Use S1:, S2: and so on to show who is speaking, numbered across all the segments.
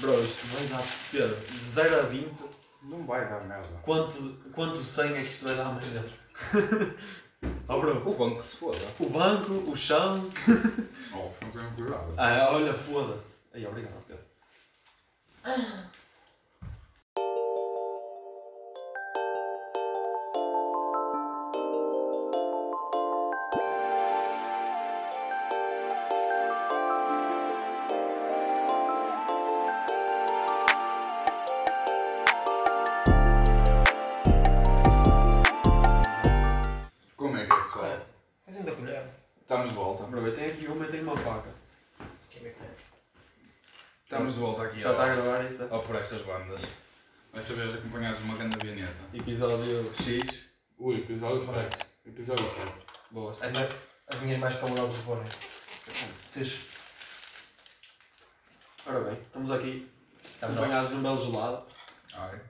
S1: Bro, isto vai dar. Pedro, de 0 a 20,
S2: Não vai dar merda.
S1: quanto, quanto 100 é que isto vai dar mais deles? oh, bro,
S3: O banco que se foda.
S1: o banco, o chão.
S2: Oh, não tenho cuidado.
S1: Ah, olha, foda-se. Aí, obrigado, Pedro.
S2: Como é que é, pessoal?
S1: Mas ainda colher.
S2: Estamos de volta.
S1: Bro, eu tenho aqui uma e tenho uma faca.
S4: é
S3: Estamos de volta aqui
S1: Já
S3: ao,
S1: está a gravar isso? é?
S3: ao tá por estas bandas.
S2: Desta vez acompanhados de uma grande vinheta.
S1: Episódio X.
S2: O episódio 7. Episódio 7.
S1: Boas.
S4: As, as minhas mais calorosas foram. Tis.
S1: Ora bem, estamos aqui
S4: Estamos
S1: acompanhados de um belo gelado.
S3: Ai.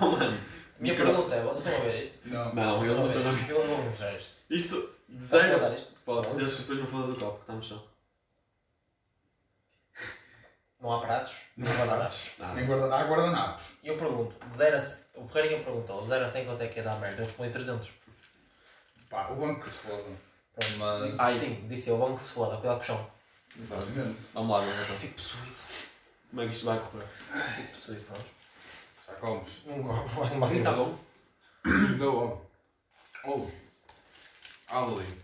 S1: Oh, mano.
S4: Minha pergunta é: vocês estão a ver isto?
S3: Não.
S1: Não, eles não estão a ver.
S4: Eu não vou usar isto.
S1: Isto, de
S4: Estás a
S1: 0
S4: guardar isto?
S1: Podes, desde que depois não fodas o copo que está no chão.
S4: Não há pratos, não há nada.
S1: Nada.
S2: Tem guarda... Há guardanapos.
S4: E eu pergunto: de 0 a. c- O Ferreirinha perguntou: de 0 a 100 quanto é que ia dar merda? Eu respondi 300.
S2: Pá, o banco que se foda.
S4: Pronto.
S3: Mas.
S1: Ai.
S4: Sim, disse eu: vamos que se foda, cuidado com o chão.
S2: Exatamente.
S1: Vamos lá, vamos lá.
S4: Fico possuído.
S1: Como é que isto vai correr?
S4: Fico possuído, pronto.
S3: Já comes.
S4: Não gosto mais de uma
S1: Assim tá
S4: cerveja.
S1: bom.
S2: Da O. Ou. Ali.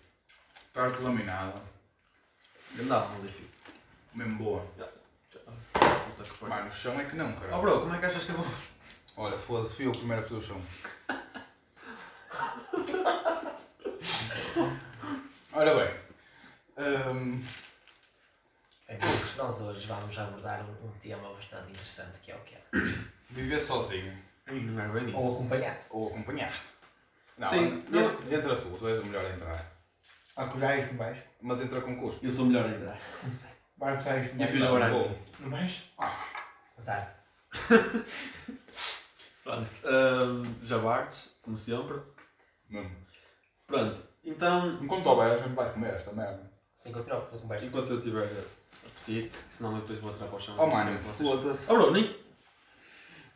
S2: Perto laminada.
S1: Gandava, não fico.
S2: Mesmo boa.
S1: Puta que pariu.
S2: Mano, o chão é que não, cara.
S1: Oh, bro, como é que achas que é bom?
S2: Olha, foda-se, fui eu o primeiro a fazer o chão. Ora bem. Hum,
S4: Amigos, É nós hoje vamos abordar um, um tema bastante interessante que é o que é.
S2: viver sozinho.
S1: Ai, não era bem
S4: Ou
S1: isso.
S4: acompanhar.
S2: Ou acompanhar. Não,
S1: Sim,
S2: en-
S1: não.
S2: en- entra tu, tu és o melhor a entrar.
S5: Acusar isto mais.
S2: Mas entra com cuspo.
S1: Oh, Eu sou melhor a entrar.
S5: Vai acusar isto
S1: E
S5: mais.
S1: fui na baranga.
S2: Bom,
S5: Não mais?
S2: Ah,
S4: Contar.
S1: Pronto. ahm, Jabartes, como sempre.
S2: mesmo.
S1: Pronto, então,
S2: Enquanto houver, a gente vai comer esta merda.
S4: Sem continuar pela conversa.
S1: enquanto eu tiver apetite, que senão eu depois vou entrar para o chão.
S2: Oh mano,
S1: Vocês-
S2: foda-se.
S1: Oh, bro, nem.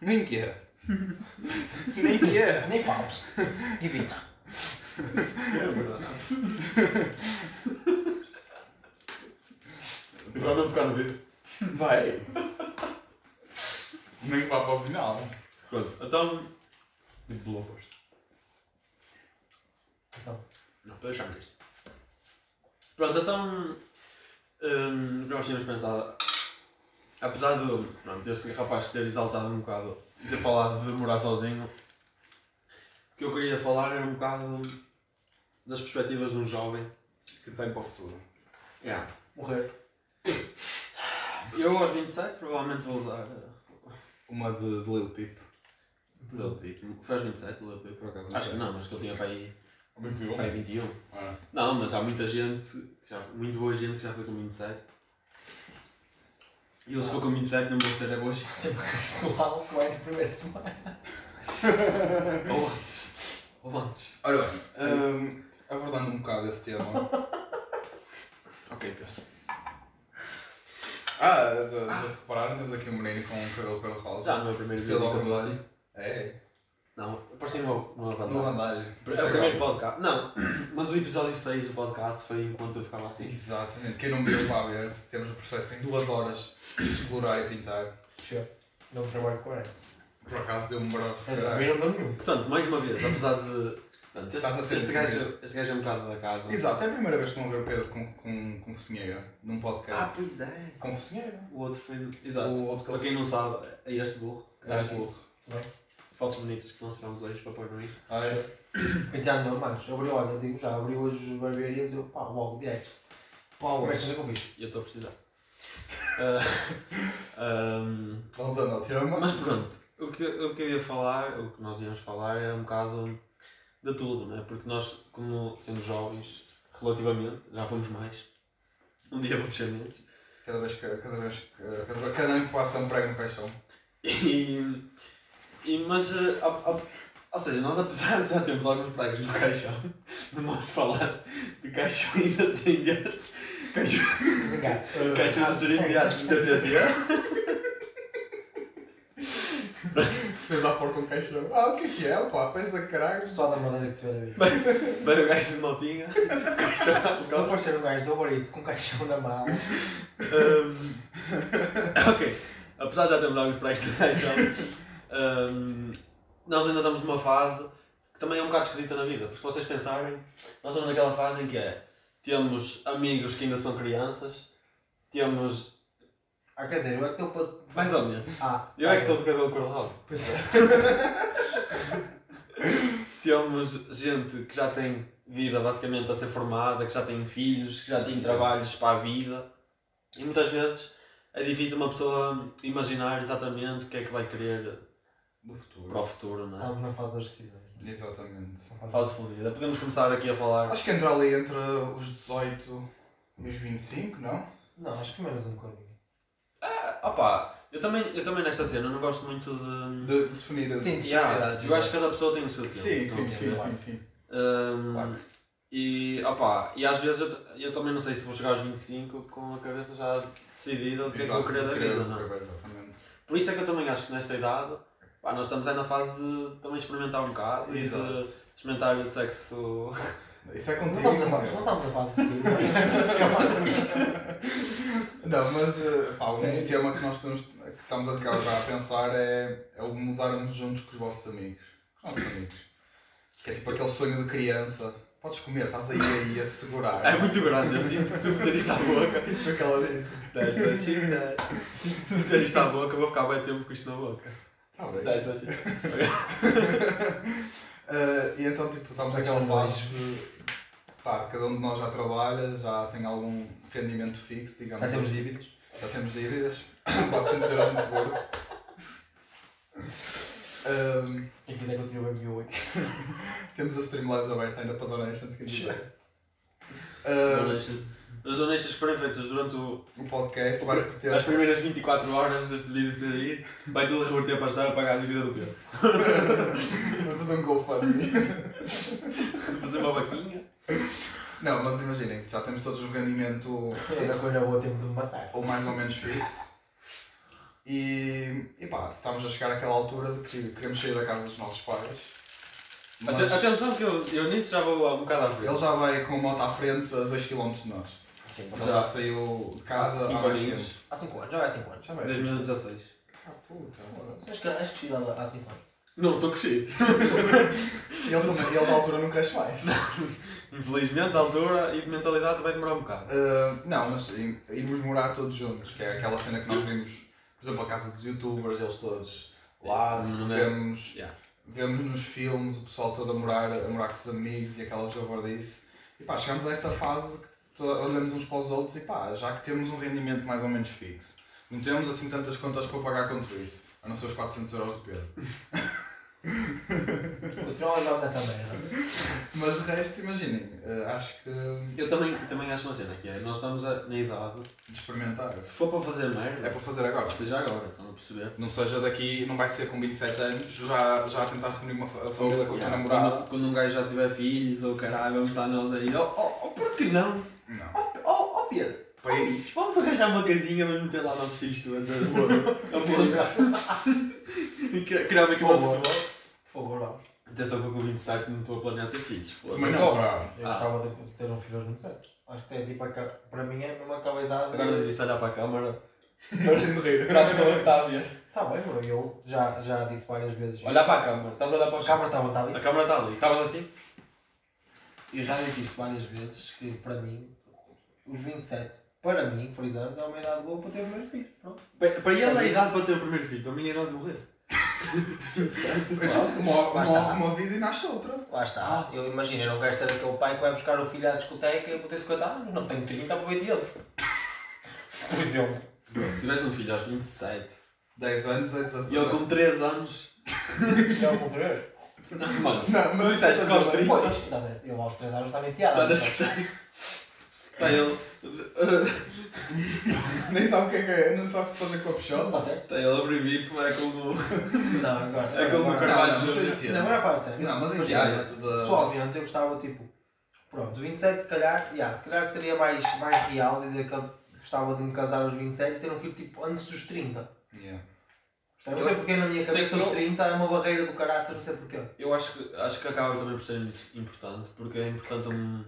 S2: Nem que é. Nem que é.
S4: Nem falas. Evita.
S1: É Para não ficar no vídeo.
S2: Vai. Nem que vá para o final.
S1: Pronto, então. De bloopers.
S4: Atenção.
S1: Não, estou a achar é isto. Pronto, então. hum, nós tínhamos pensado. Apesar de pronto, este rapaz ter exaltado um bocado e ter falado de morar sozinho, o que eu queria falar era um bocado das perspectivas de um jovem.
S2: Que tem para o futuro.
S1: Yeah.
S5: Morrer.
S1: Eu aos 27 provavelmente vou dar. eh,
S2: Uma de, de Lil Peep.
S1: Lil Peep. Foi aos 27, Lil Peep, por acaso. Acho que não, mas que ele tinha para aí, para aí
S2: 21.
S1: 21.
S2: Ah.
S1: Não, mas há muita gente, já, muito boa gente que já foi com 27. E eu se for com 27 não vou ser a boa gente.
S4: Sempre que pessoal que vai na primeira semana.
S1: Ou antes. Ou antes.
S2: Ora bem, hum, abordando um bocado esse tema. ok, Pedro. Ah, já, já se repararam, temos aqui um menino com um cabelo cor rosa.
S1: Já no meu primeiro
S2: Seu
S1: vídeo
S2: logo
S1: que eu tô
S2: bandagem.
S1: assim.
S2: É,
S1: Não, parecia uma, uma
S2: no
S1: bandagem. É
S2: bandagem.
S1: o primeiro podcast. Não, mas o episódio 6 do podcast foi enquanto eu ficava assim.
S2: Exatamente, quem não viu vá ver, temos o processo em duas horas de explorar e pintar.
S4: Chega. Não trabalho com horário.
S2: Por acaso deu-me um bravo
S1: É
S2: se
S4: Mas não
S2: calhar.
S4: viram nome nenhum.
S1: Portanto, mais uma vez, apesar de. Portanto,
S2: Estás a
S1: este,
S2: ser
S1: este,
S2: muito
S1: gajo, este gajo é um bocado da casa.
S2: Exato, é a primeira vez que estão a ver o Pedro com, com, com focinheira, num
S1: Ah,
S2: podcast.
S1: pois é.
S2: Com focinheira?
S1: O outro foi. Exato.
S2: O outro que
S1: Para quem não sabe, é este burro. Que está
S2: Este
S1: aqui.
S2: burro.
S5: é?
S1: Fotos bonitas que nós tiramos hoje para pôr no Insta.
S2: Ah, é?
S4: Penteado não, manos. Eu abri, olha, eu digo já, abri hoje as barbearias e eu, pá, logo, direto.
S2: Power.
S4: Começas a convite.
S1: E eu estou a precisar. Ah, ahm,
S2: Voltando ao tema.
S1: mas pronto, o que, o que eu ia falar, o que nós íamos falar era um bocado de tudo, não é? Porque nós, como sendo jovens, relativamente, já fomos mais. Um dia vamos ser menos.
S2: Cada vez que. Cada vez que. Cada, vez- cada ano que passa um prego no caixão.
S1: E, e mas, eh, a- a- ou seja, nós apesar de já termos alguns pregos no caixão, não vamos falar de caixões a serem enviados, caixões,
S4: Zangado.
S5: Ah,
S1: caixões a serem enviados por CTT,
S2: fez à porta um caixão. Ah, o que é que é, pá? Pensa caralho.
S5: Só da madeira que tiver a ver.
S1: Para o gajo de maltinha. Caixão às costas.
S5: Vou aparecer um gajo do Uber Eats com um caixão na mala.
S1: Hum, ok, apesar de já termos alguns para esta paixão, hum, nós ainda estamos numa fase que também é um bocado esquisita na vida, porque se vocês pensarem, nós estamos naquela fase em que é, temos amigos que ainda são crianças, temos,
S5: Ah, quer dizer, eu é que estou para.
S1: mais ou menos,
S5: Ah,
S1: eu é que estou de cabelo cor-de-rosa,
S5: Pois é.
S1: temos gente que já tem vida basicamente a ser formada, que já tem filhos, que já tem trabalhos para a vida, e muitas vezes é difícil uma pessoa imaginar exatamente o que é que vai querer
S3: Do futuro.
S1: para o futuro, não é?
S5: Estamos na fase das decisões.
S3: Exatamente.
S1: A fase fodida. Podemos começar aqui a falar.
S2: Acho que entra ali entre os 18 e os 25, não?
S5: Não, acho que menos um bocadinho.
S1: Ah, opá, eu também, eu também nesta cena não gosto muito de.
S2: De, de definir a
S5: Sim,
S1: Yeah,
S5: sim,
S1: eu acho que cada pessoa tem o seu tempo. então.
S2: Sim,
S1: não
S2: sim,
S1: sei.
S2: sim, sim, sim.
S1: Hum,
S3: Claro.
S1: E, opá, e às vezes eu, t- eu também não sei se vou chegar aos 25 com a cabeça já decidida do que é
S3: Exato,
S1: que eu queria da
S3: querer
S1: vida,
S3: do
S1: não é?
S3: que- Exatamente.
S1: Por isso é que eu também acho que nesta idade, pá, nós estamos aí na fase de também experimentar um bocado e de
S2: Exato.
S1: experimentar o sexo.
S2: Isso é
S5: Não
S2: contigo.
S5: estamos a falar- não
S2: meu.
S5: estamos a falar de futuro. Estamos a escapar com isto.
S2: Não, mas eh, pá,
S5: Sim.
S2: um tema que nós podemos, que estamos a ficar agora a pensar é, é o mudarmos juntos com os vossos amigos. Com os nossos amigos. Que é tipo aquele sonho de criança. Podes comer, estás aí aí a segurar.
S1: É muito grande, eu sinto que se eu meter isto à boca.
S2: Isso foi o que ela disse.
S1: That's what she said. Sinto que se eu meter isto à boca, eu vou ficar bem tempo com isto na boca.
S2: Tá bem.
S1: That's what she
S2: Eh, e então, tipo, estamos naquela fase de. Pá, cada um de nós já trabalha, já tem algum rendimento fixo, digamos.
S5: Já temos
S2: assim.
S5: dívidas.
S2: Já temos dívidas. 400 euros no seguro. Ahm,
S5: E ainda continua bem um hoje.
S2: Temos a Streamlabs aberta ainda para donations, quem quiser. Uh,
S1: Donations. As donations foram feitas durante o-
S2: o podcast vai repetir.
S1: as primeiras 24 horas deste vídeo sair. Vai tudo reverter para ajudar a pagar a dívida do Pedro.
S2: Vai fazer um GoFundMe.
S1: Fazer uma vaquinha.
S2: Não, mas imaginem, já temos todos um rendimento
S5: Ainda
S2: fixo,
S5: coisa boa, tempo de me matar.
S2: ou mais ou menos fixo. E, e pá, estamos a chegar àquela altura de que queremos sair da casa dos nossos pais. Mas
S1: Aten- Atenção que eu, eu nisso já vou um bocado à
S2: ele
S1: frente.
S2: já vai com a moto à frente a 2km de nós.
S5: Sim,
S2: Ele já saiu de casa
S1: Há cinco
S2: há mais
S1: aninhos.
S2: tempo.
S4: Há 5 anos, já vai há 5 anos.
S2: Já vai.
S1: 2016.
S2: Ah, puta.
S4: Acho que, acho que há 5 anos.
S1: Não, sou crescido.
S2: Ele, também, ele da altura não cresce mais.
S1: Infelizmente, a altura e de mentalidade vai demorar um bocado.
S2: Uh, não, mas i- irmos morar todos juntos, que é aquela cena que nós vimos, por exemplo, a casa dos youtubers, eles todos lá, tipo,
S1: Não é?
S2: vemos,
S1: Yeah.
S2: vemos nos filmes o pessoal todo a morar, a morar com os amigos e aquela jabardice. E pá, chegamos a esta fase que to- olhamos uns para os outros e pá, já que temos um rendimento mais ou menos fixo, não temos assim tantas contas para pagar contra isso, a não ser os 400 euros do Pedro.
S5: Continuam a andar nessa merda.
S2: Mas de resto, imaginem, uh, acho que
S1: Eu também, também acho uma cena que é, nós estamos a- na idade,
S2: de experimentar
S1: se for para fazer merda,
S2: é para fazer agora.
S1: seja agora, estão a perceber?
S2: Não seja daqui, não vai ser com 27 anos, já, já tentaste unir uma fa- a família com a tua
S1: Yeah,
S2: namorada.
S1: quando, quando um gajo já tiver filhos ou caralho, vamos estar nós aí, oh, oh, oh por que não?
S2: Não.
S1: Oh, oh, oh Pedro,
S2: Para isso.
S1: Vamos arranjar uma casinha, vamos meter lá nossos filhos todos a ponto. E cri- Criar uma equipa de
S5: Fogo.
S1: futebol.
S5: Por favor, vamos.
S1: Atenção que eu com 27 não estou a planear ter filhos. foda-se.
S2: Mas
S5: não.
S2: não. pá.
S5: Eu
S1: Ah.
S5: gostava de- de ter um filho aos 27. Acho que é tipo, a ca- para mim é mesmo aquela idade.
S1: Agora diz isso a olhar para a câmara.
S2: Parem de rir.
S1: Para a pessoa que está a ver.
S5: Tá bem, bro, eu já, já disse várias vezes.
S1: Olhar para a câmara. Estás a olhar para o
S5: a
S1: chão.
S5: câmara estava tá ali.
S1: A câmara está ali. Estavas assim?
S4: Eu já disse isto várias vezes, que para mim, os 27, para mim, frisando, é uma idade boa para ter o meu filho. Pronto.
S1: Para para ele é a
S4: Sabia.
S1: idade para ter o primeiro filho. Para mim é a idade de morrer.
S2: Uma,
S4: Lá está.
S2: uma, uma vida e nasce outra.
S4: Lá está. Eu imagino, eu não quero ser aquele pai que vai buscar o filho à discoteca e eu vou ter 50 anos. Não tenho 30 para bater dentro. Por exemplo.
S1: Se tivesse um filho aos 27
S2: 10 anos, 10 anos.
S1: e ele com 3 anos.
S5: Já ao contrário.
S1: Mano,
S2: Não,
S1: tu
S2: mas
S1: disseste que aos Tá, 30
S5: Pois, está certo. Ele aos 3 anos está iniciado.
S1: está na
S5: mas-
S1: discoteca. Está tá. ele. eh,
S2: Nem sabe o que é que é, não sabe o que fazer com a pichota.
S5: Está certo?
S1: Está tá, ele a abrir bico. É como.
S4: Não, agora.
S1: É como o
S4: agora-
S2: Não,
S1: Carvalho
S2: não, mas eu
S1: Júnior.
S2: entendo.
S4: Não, agora fala sério.
S2: Não, mas em
S4: Imagina,
S2: diário. De...
S4: Pessoalmente, eu gostava, tipo, pronto, 27 se calhar, yeah, se calhar seria mais, mais real dizer que eu gostava de me casar aos 27 e ter um filho, tipo, antes dos 30.
S2: Yeah.
S5: Eu não sei porque na minha
S1: Sei
S5: cabeça
S1: que
S5: os
S1: eu-
S5: 30 é uma barreira do caraças, não sei porquê.
S1: Eu acho que, acho que acaba também por ser importante, porque é importante um-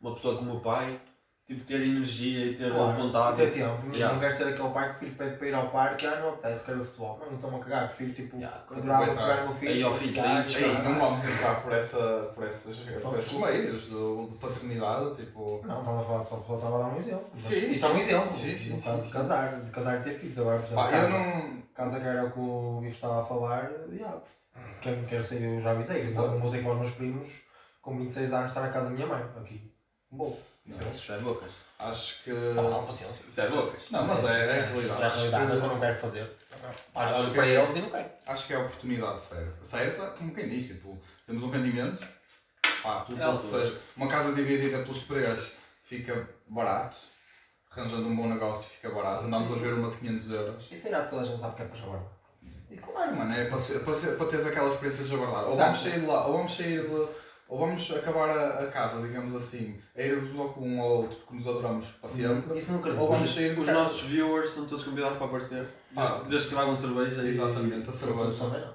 S1: uma pessoa como o meu pai tipo, ter energia e ter vontade.
S5: Até tempo, mas
S1: Yeah.
S5: não quero um ser aquele pai que o filho pede para ir ao parque, ah não apetece, quero ver futebol. Mas não estou-me a cagar, prefiro tipo,
S1: Yeah,
S5: adorava
S2: aproveitar.
S5: pegar o meu filho.
S1: Aí ao
S5: passear,
S1: fim tem de
S2: É isso,
S5: descansar.
S2: não vamos entrar por, essa, por, essas, por esses
S5: desculpa.
S2: meios do- de paternidade, tipo.
S5: Não, estava a falar só pessoa, estava a dar um exemplo. Mas
S2: Sim,
S5: isto é um exemplo,
S2: sim, sim,
S5: no
S2: sim,
S5: caso de
S2: sim.
S5: casar, de casar e ter filhos. Agora, por exemplo,
S2: Pá,
S5: casa,
S2: eu não.
S5: casa que era o que o Ivo estava a falar, já, quem quer sair eu já avisei.
S2: Exato.
S5: Eu usei com os meus primos, com 26 anos, estar na casa da minha mãe, aqui. Bom,
S1: Isso é bocas.
S2: Acho que.
S5: ah, paciência.
S1: Isso é bocas.
S2: Não, Tá mas é, é a
S5: É a realidade, é o que eu não
S2: realidade. Acho
S5: quero fazer. Olha,
S2: Acho
S5: olho
S2: que-
S5: para eles e não quero.
S2: que, acho que é a oportunidade certa. Certa, como quem diz, tipo, temos um rendimento, pá, pelo
S1: É
S2: pouco, ou
S1: altura.
S2: seja, uma casa dividida pelos preços fica barato, arranjando um bom negócio fica barato, andamos a ver uma de 500 euros.
S5: Isso irá toda a gente sabe que é para chabar.
S2: E claro, mano, é para, ser- para, ser- para teres aquela experiência de jabarlar. Ou
S5: Exato.
S2: vamos sair de lá, ou vamos sair de. Ou vamos acabar a, a casa, digamos assim, a ir só com um ou outro porque nos adoramos para sempre.
S5: Isso não
S2: Ou
S5: acredito.
S2: vamos sair de
S1: Uhum. Os
S2: casa.
S1: nossos viewers estão todos convidados para aparecer. Desde,
S2: Ah.
S1: desde que tragam cerveja e-
S2: Exatamente, a
S5: Não,
S2: cerveja.
S5: também não.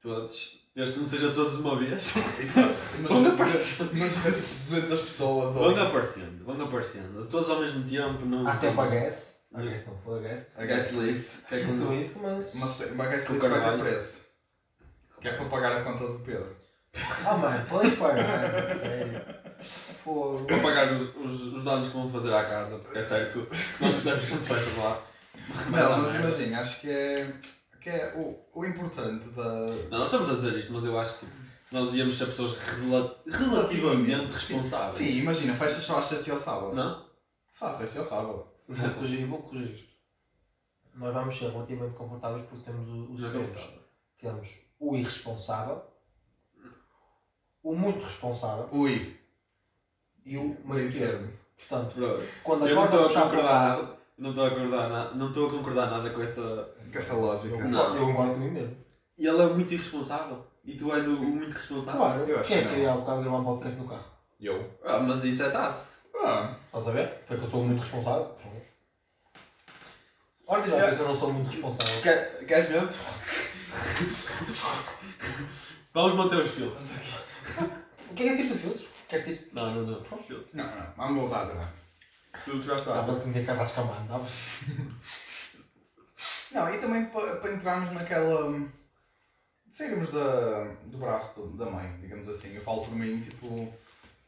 S1: Todos. Desde que não seja todos de uma vez.
S2: Exato.
S1: Onde
S2: Imagina
S1: apareceu?
S2: 200 imagina, tipo, 200 pessoas ou.
S1: Vão aparecendo, vão aparecendo. Todos ao mesmo tempo. Não...
S5: Há sempre a guest. A guest não foi a guest.
S2: A
S1: guest
S2: guest
S1: list. Que é
S5: Ah, Isso
S1: quando-
S5: ou isso, mas.
S2: Mas uma guest
S1: Com
S2: list vai ter
S1: carvalho.
S2: preço. Que é para pagar a conta do Pedro.
S5: Ah, mano, podes parar, sério. Fogo.
S1: Para pagar os, os, os danos que vão fazer à casa, porque é certo, se nós fizermos quando se vai falar.
S2: Não, é. mas imagina, acho que é. Que é o, o importante da.
S1: Não, nós estamos a dizer isto, mas eu acho que tipo, nós íamos ser pessoas rela- relativamente responsáveis.
S2: Sim, imagina, festas só às sexta e ao sábado.
S1: Não?
S2: Só à sexta e ao sábado.
S5: Vou corrigir, vou corrigir isto. Nós vamos ser relativamente confortáveis porque temos o- os
S1: Não é
S5: extremos.
S1: confortável.
S5: Temos o irresponsável, o muito responsável
S2: Ui,
S5: e o meio
S2: meio
S5: termo.
S2: termo.
S5: Portanto,
S1: Bro,
S5: quando
S1: eu não estou
S5: acordamos
S1: a
S5: para
S1: concordar
S5: acordar,
S1: nada. Não estou a concordar nada. Não estou a concordar nada com essa.
S2: Com essa lógica.
S5: eu
S1: Não.
S5: concordo- eu concordo comigo mesmo.
S1: E ele é muito irresponsável. E tu és o, o muito responsável.
S5: Claro,
S2: eu acho
S5: quem é
S2: que
S5: que
S2: não.
S5: ia há bocado gravar um podcast no carro?
S2: Eu?
S1: Ah, mas isso é tasse.
S2: Ah,
S5: Estás a ver? Porque eu sou muito responsável. Ora, diz lá que eu não sou muito responsável.
S1: Quer- Queres mesmo? Vamos manter os filtros.
S5: O que é que é o filtro? Queres ter?
S1: Não, não, não. Filtros.
S2: não, não, vamos voltar atrás.
S1: Tu já
S5: Estava
S1: sabes.
S5: assim de casa às camas, estavas?
S2: Não, e também para entrarmos naquela. hum, Sairmos da, do braço do- da mãe, digamos assim. Eu falo por mim, tipo,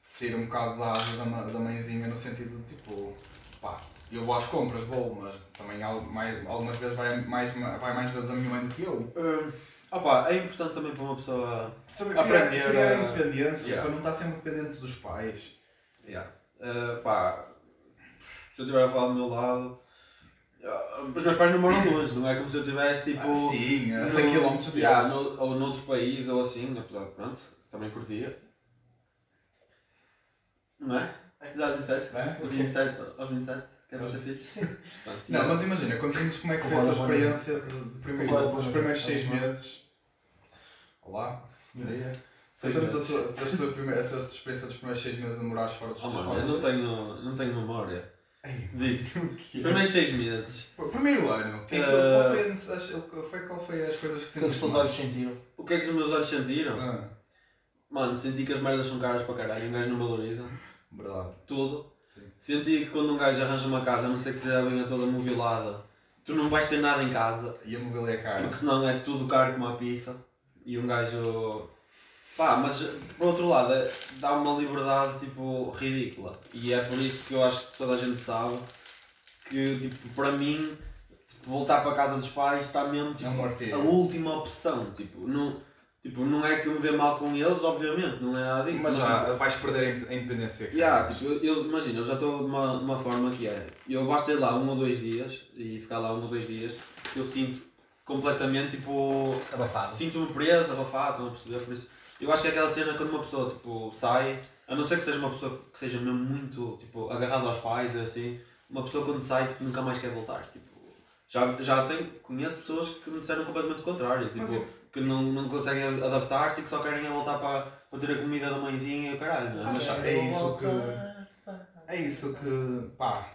S2: sair um bocado da asa da, ma- da mãezinha, no sentido de tipo, pá, eu vou às compras, vou, mas também al- mais, algumas vezes vai mais, vai mais vezes a minha mãe do que eu.
S1: Hum, opa, é importante também para uma pessoa.
S2: Sabe,
S1: Aprender
S2: criar, criar
S1: a-
S2: independência,
S1: Yeah.
S2: para não estar sempre dependente dos pais.
S1: Yeah. Uh, pá, se eu estiver a falar do meu lado. ah, os meus pais não moram longe, não é como se eu tivesse tipo.
S2: Ah, sim, a
S1: no-
S2: 100 km de
S1: yeah,
S2: viagem.
S1: no, Ou noutro país ou assim, apesar de pronto, também curtia. Não é? Já disseste?
S2: É?
S1: Aos 27, aos 27, queres ter filhos? Pronto,
S2: Não,
S1: yeah.
S2: mas imagina, conta-nos como é que foi a tua
S5: Concordo com ele.
S2: experiência de, de primeiro-
S5: Concordo com
S2: dos
S5: ele.
S2: primeiros seis
S5: Concordo.
S2: meses. Olá, senhoria.
S1: Seis
S2: Conta-nos a
S1: meses.
S2: tua, a, tua prime- a tua experiência dos primeiros seis meses a morares fora dos
S1: Oh,
S2: teus
S1: mano, eu
S2: pais.
S1: não tenho, não tenho memória
S2: Ei,
S1: disso. Os primeiros seis meses.
S2: pô, Primeiro ano, é
S1: Eh,
S2: qual, foi as, as- o que- foi- qual foi as coisas que
S5: Que os
S2: sentiste
S5: teus olhos sentiram.
S1: O que é que os meus olhos sentiram?
S2: Ah,
S1: Mano, senti que as merdas são caras para caralho, um gajo não valoriza.
S2: verdade.
S1: tudo.
S2: Sim.
S1: Senti que quando um gajo arranja uma casa, a não ser que seja bem a toda mobilada, tu não vais ter nada em casa,
S2: E a mobília é cara.
S1: porque senão é tudo caro como a pizza. E um gajo. Pá, mas por outro lado, é- dá uma liberdade tipo ridícula. E é por isso que eu acho que toda a gente sabe que, tipo, para mim, tipo, voltar para a casa dos pais está mesmo
S2: É
S1: tipo,
S2: um martírio.
S1: a última opção. Tipo, não, tipo, não é que eu me vê mal com eles, obviamente, não é nada disso.
S2: Mas
S1: mas,
S2: já vais perder a in- a independência. cara.
S1: Yeah, tipo, eu, eu- imagina, eu já estou de uma, de uma forma que é. Eu gosto de ir lá um ou dois dias e ficar lá um ou dois dias, que eu sinto completamente tipo.
S5: Abafado.
S1: Sinto-me preso, abafado, estão a perceber? Por isso, eu acho que é aquela cena quando uma pessoa tipo, sai, a não ser que seja uma pessoa que seja mesmo muito tipo, agarrada aos pais, é assim, uma pessoa quando sai tipo, nunca mais quer voltar. Tipo, já já tenho, conheço pessoas que me disseram completamente o contrário, tipo,
S2: Mas eu-
S1: que não, não conseguem adaptar-se e que só querem é voltar para, para ter a comida da mãezinha e o caralho, não é? Mas-
S2: Mas é isso que. É isso que. pá.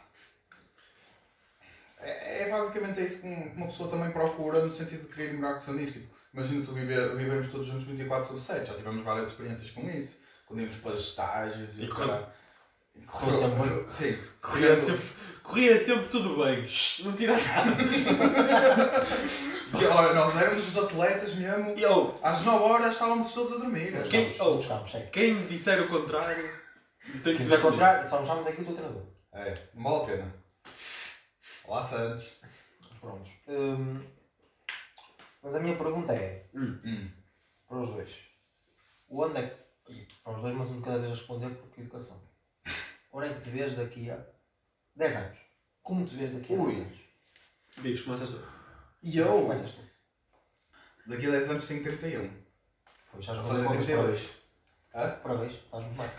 S2: É, é basicamente isso que um- que uma pessoa também procura no sentido de querer morar com os amigos. Tipo, imagina tu viver, vivemos todos juntos 24 sobre 7, já tivemos várias experiências com isso. Quando íamos para estágios e
S1: E correu-
S2: caralho. E
S1: correu sempre.
S2: Sim.
S1: Corria sempre, corria sempre tudo bem. Shhh, Não tira nada.
S2: Sim, olha, nós éramos os atletas mesmo.
S1: Eu,
S2: Às 9 horas estávamos todos a dormir.
S1: Quem-
S5: Quem? Oh, buscámos, segue.
S1: quem me disser o contrário, tem
S5: Quem
S1: que
S5: quiser
S1: ser
S5: contrário, só nos chamamos aqui o teu treinador.
S2: É, não vale a pena. Olá, Santos.
S5: Prontos. Hum, mas a minha pergunta é
S2: Hum.
S5: para os dois. Onde é que. e Para os dois, mas um de cada vez responder porque educação. Onde é que te vês daqui a 10 anos? Como te vês daqui a
S2: Ui.
S5: 10 anos?
S1: Diz, começas tu.
S2: E eu,
S5: Começas tu.
S2: daqui a 10 anos, tenho 31.
S5: Pois, estás a
S2: Vou
S1: é
S2: fazer
S5: fazer contas para dois.
S2: 32. Hã?
S5: Para dois, estás muito mais.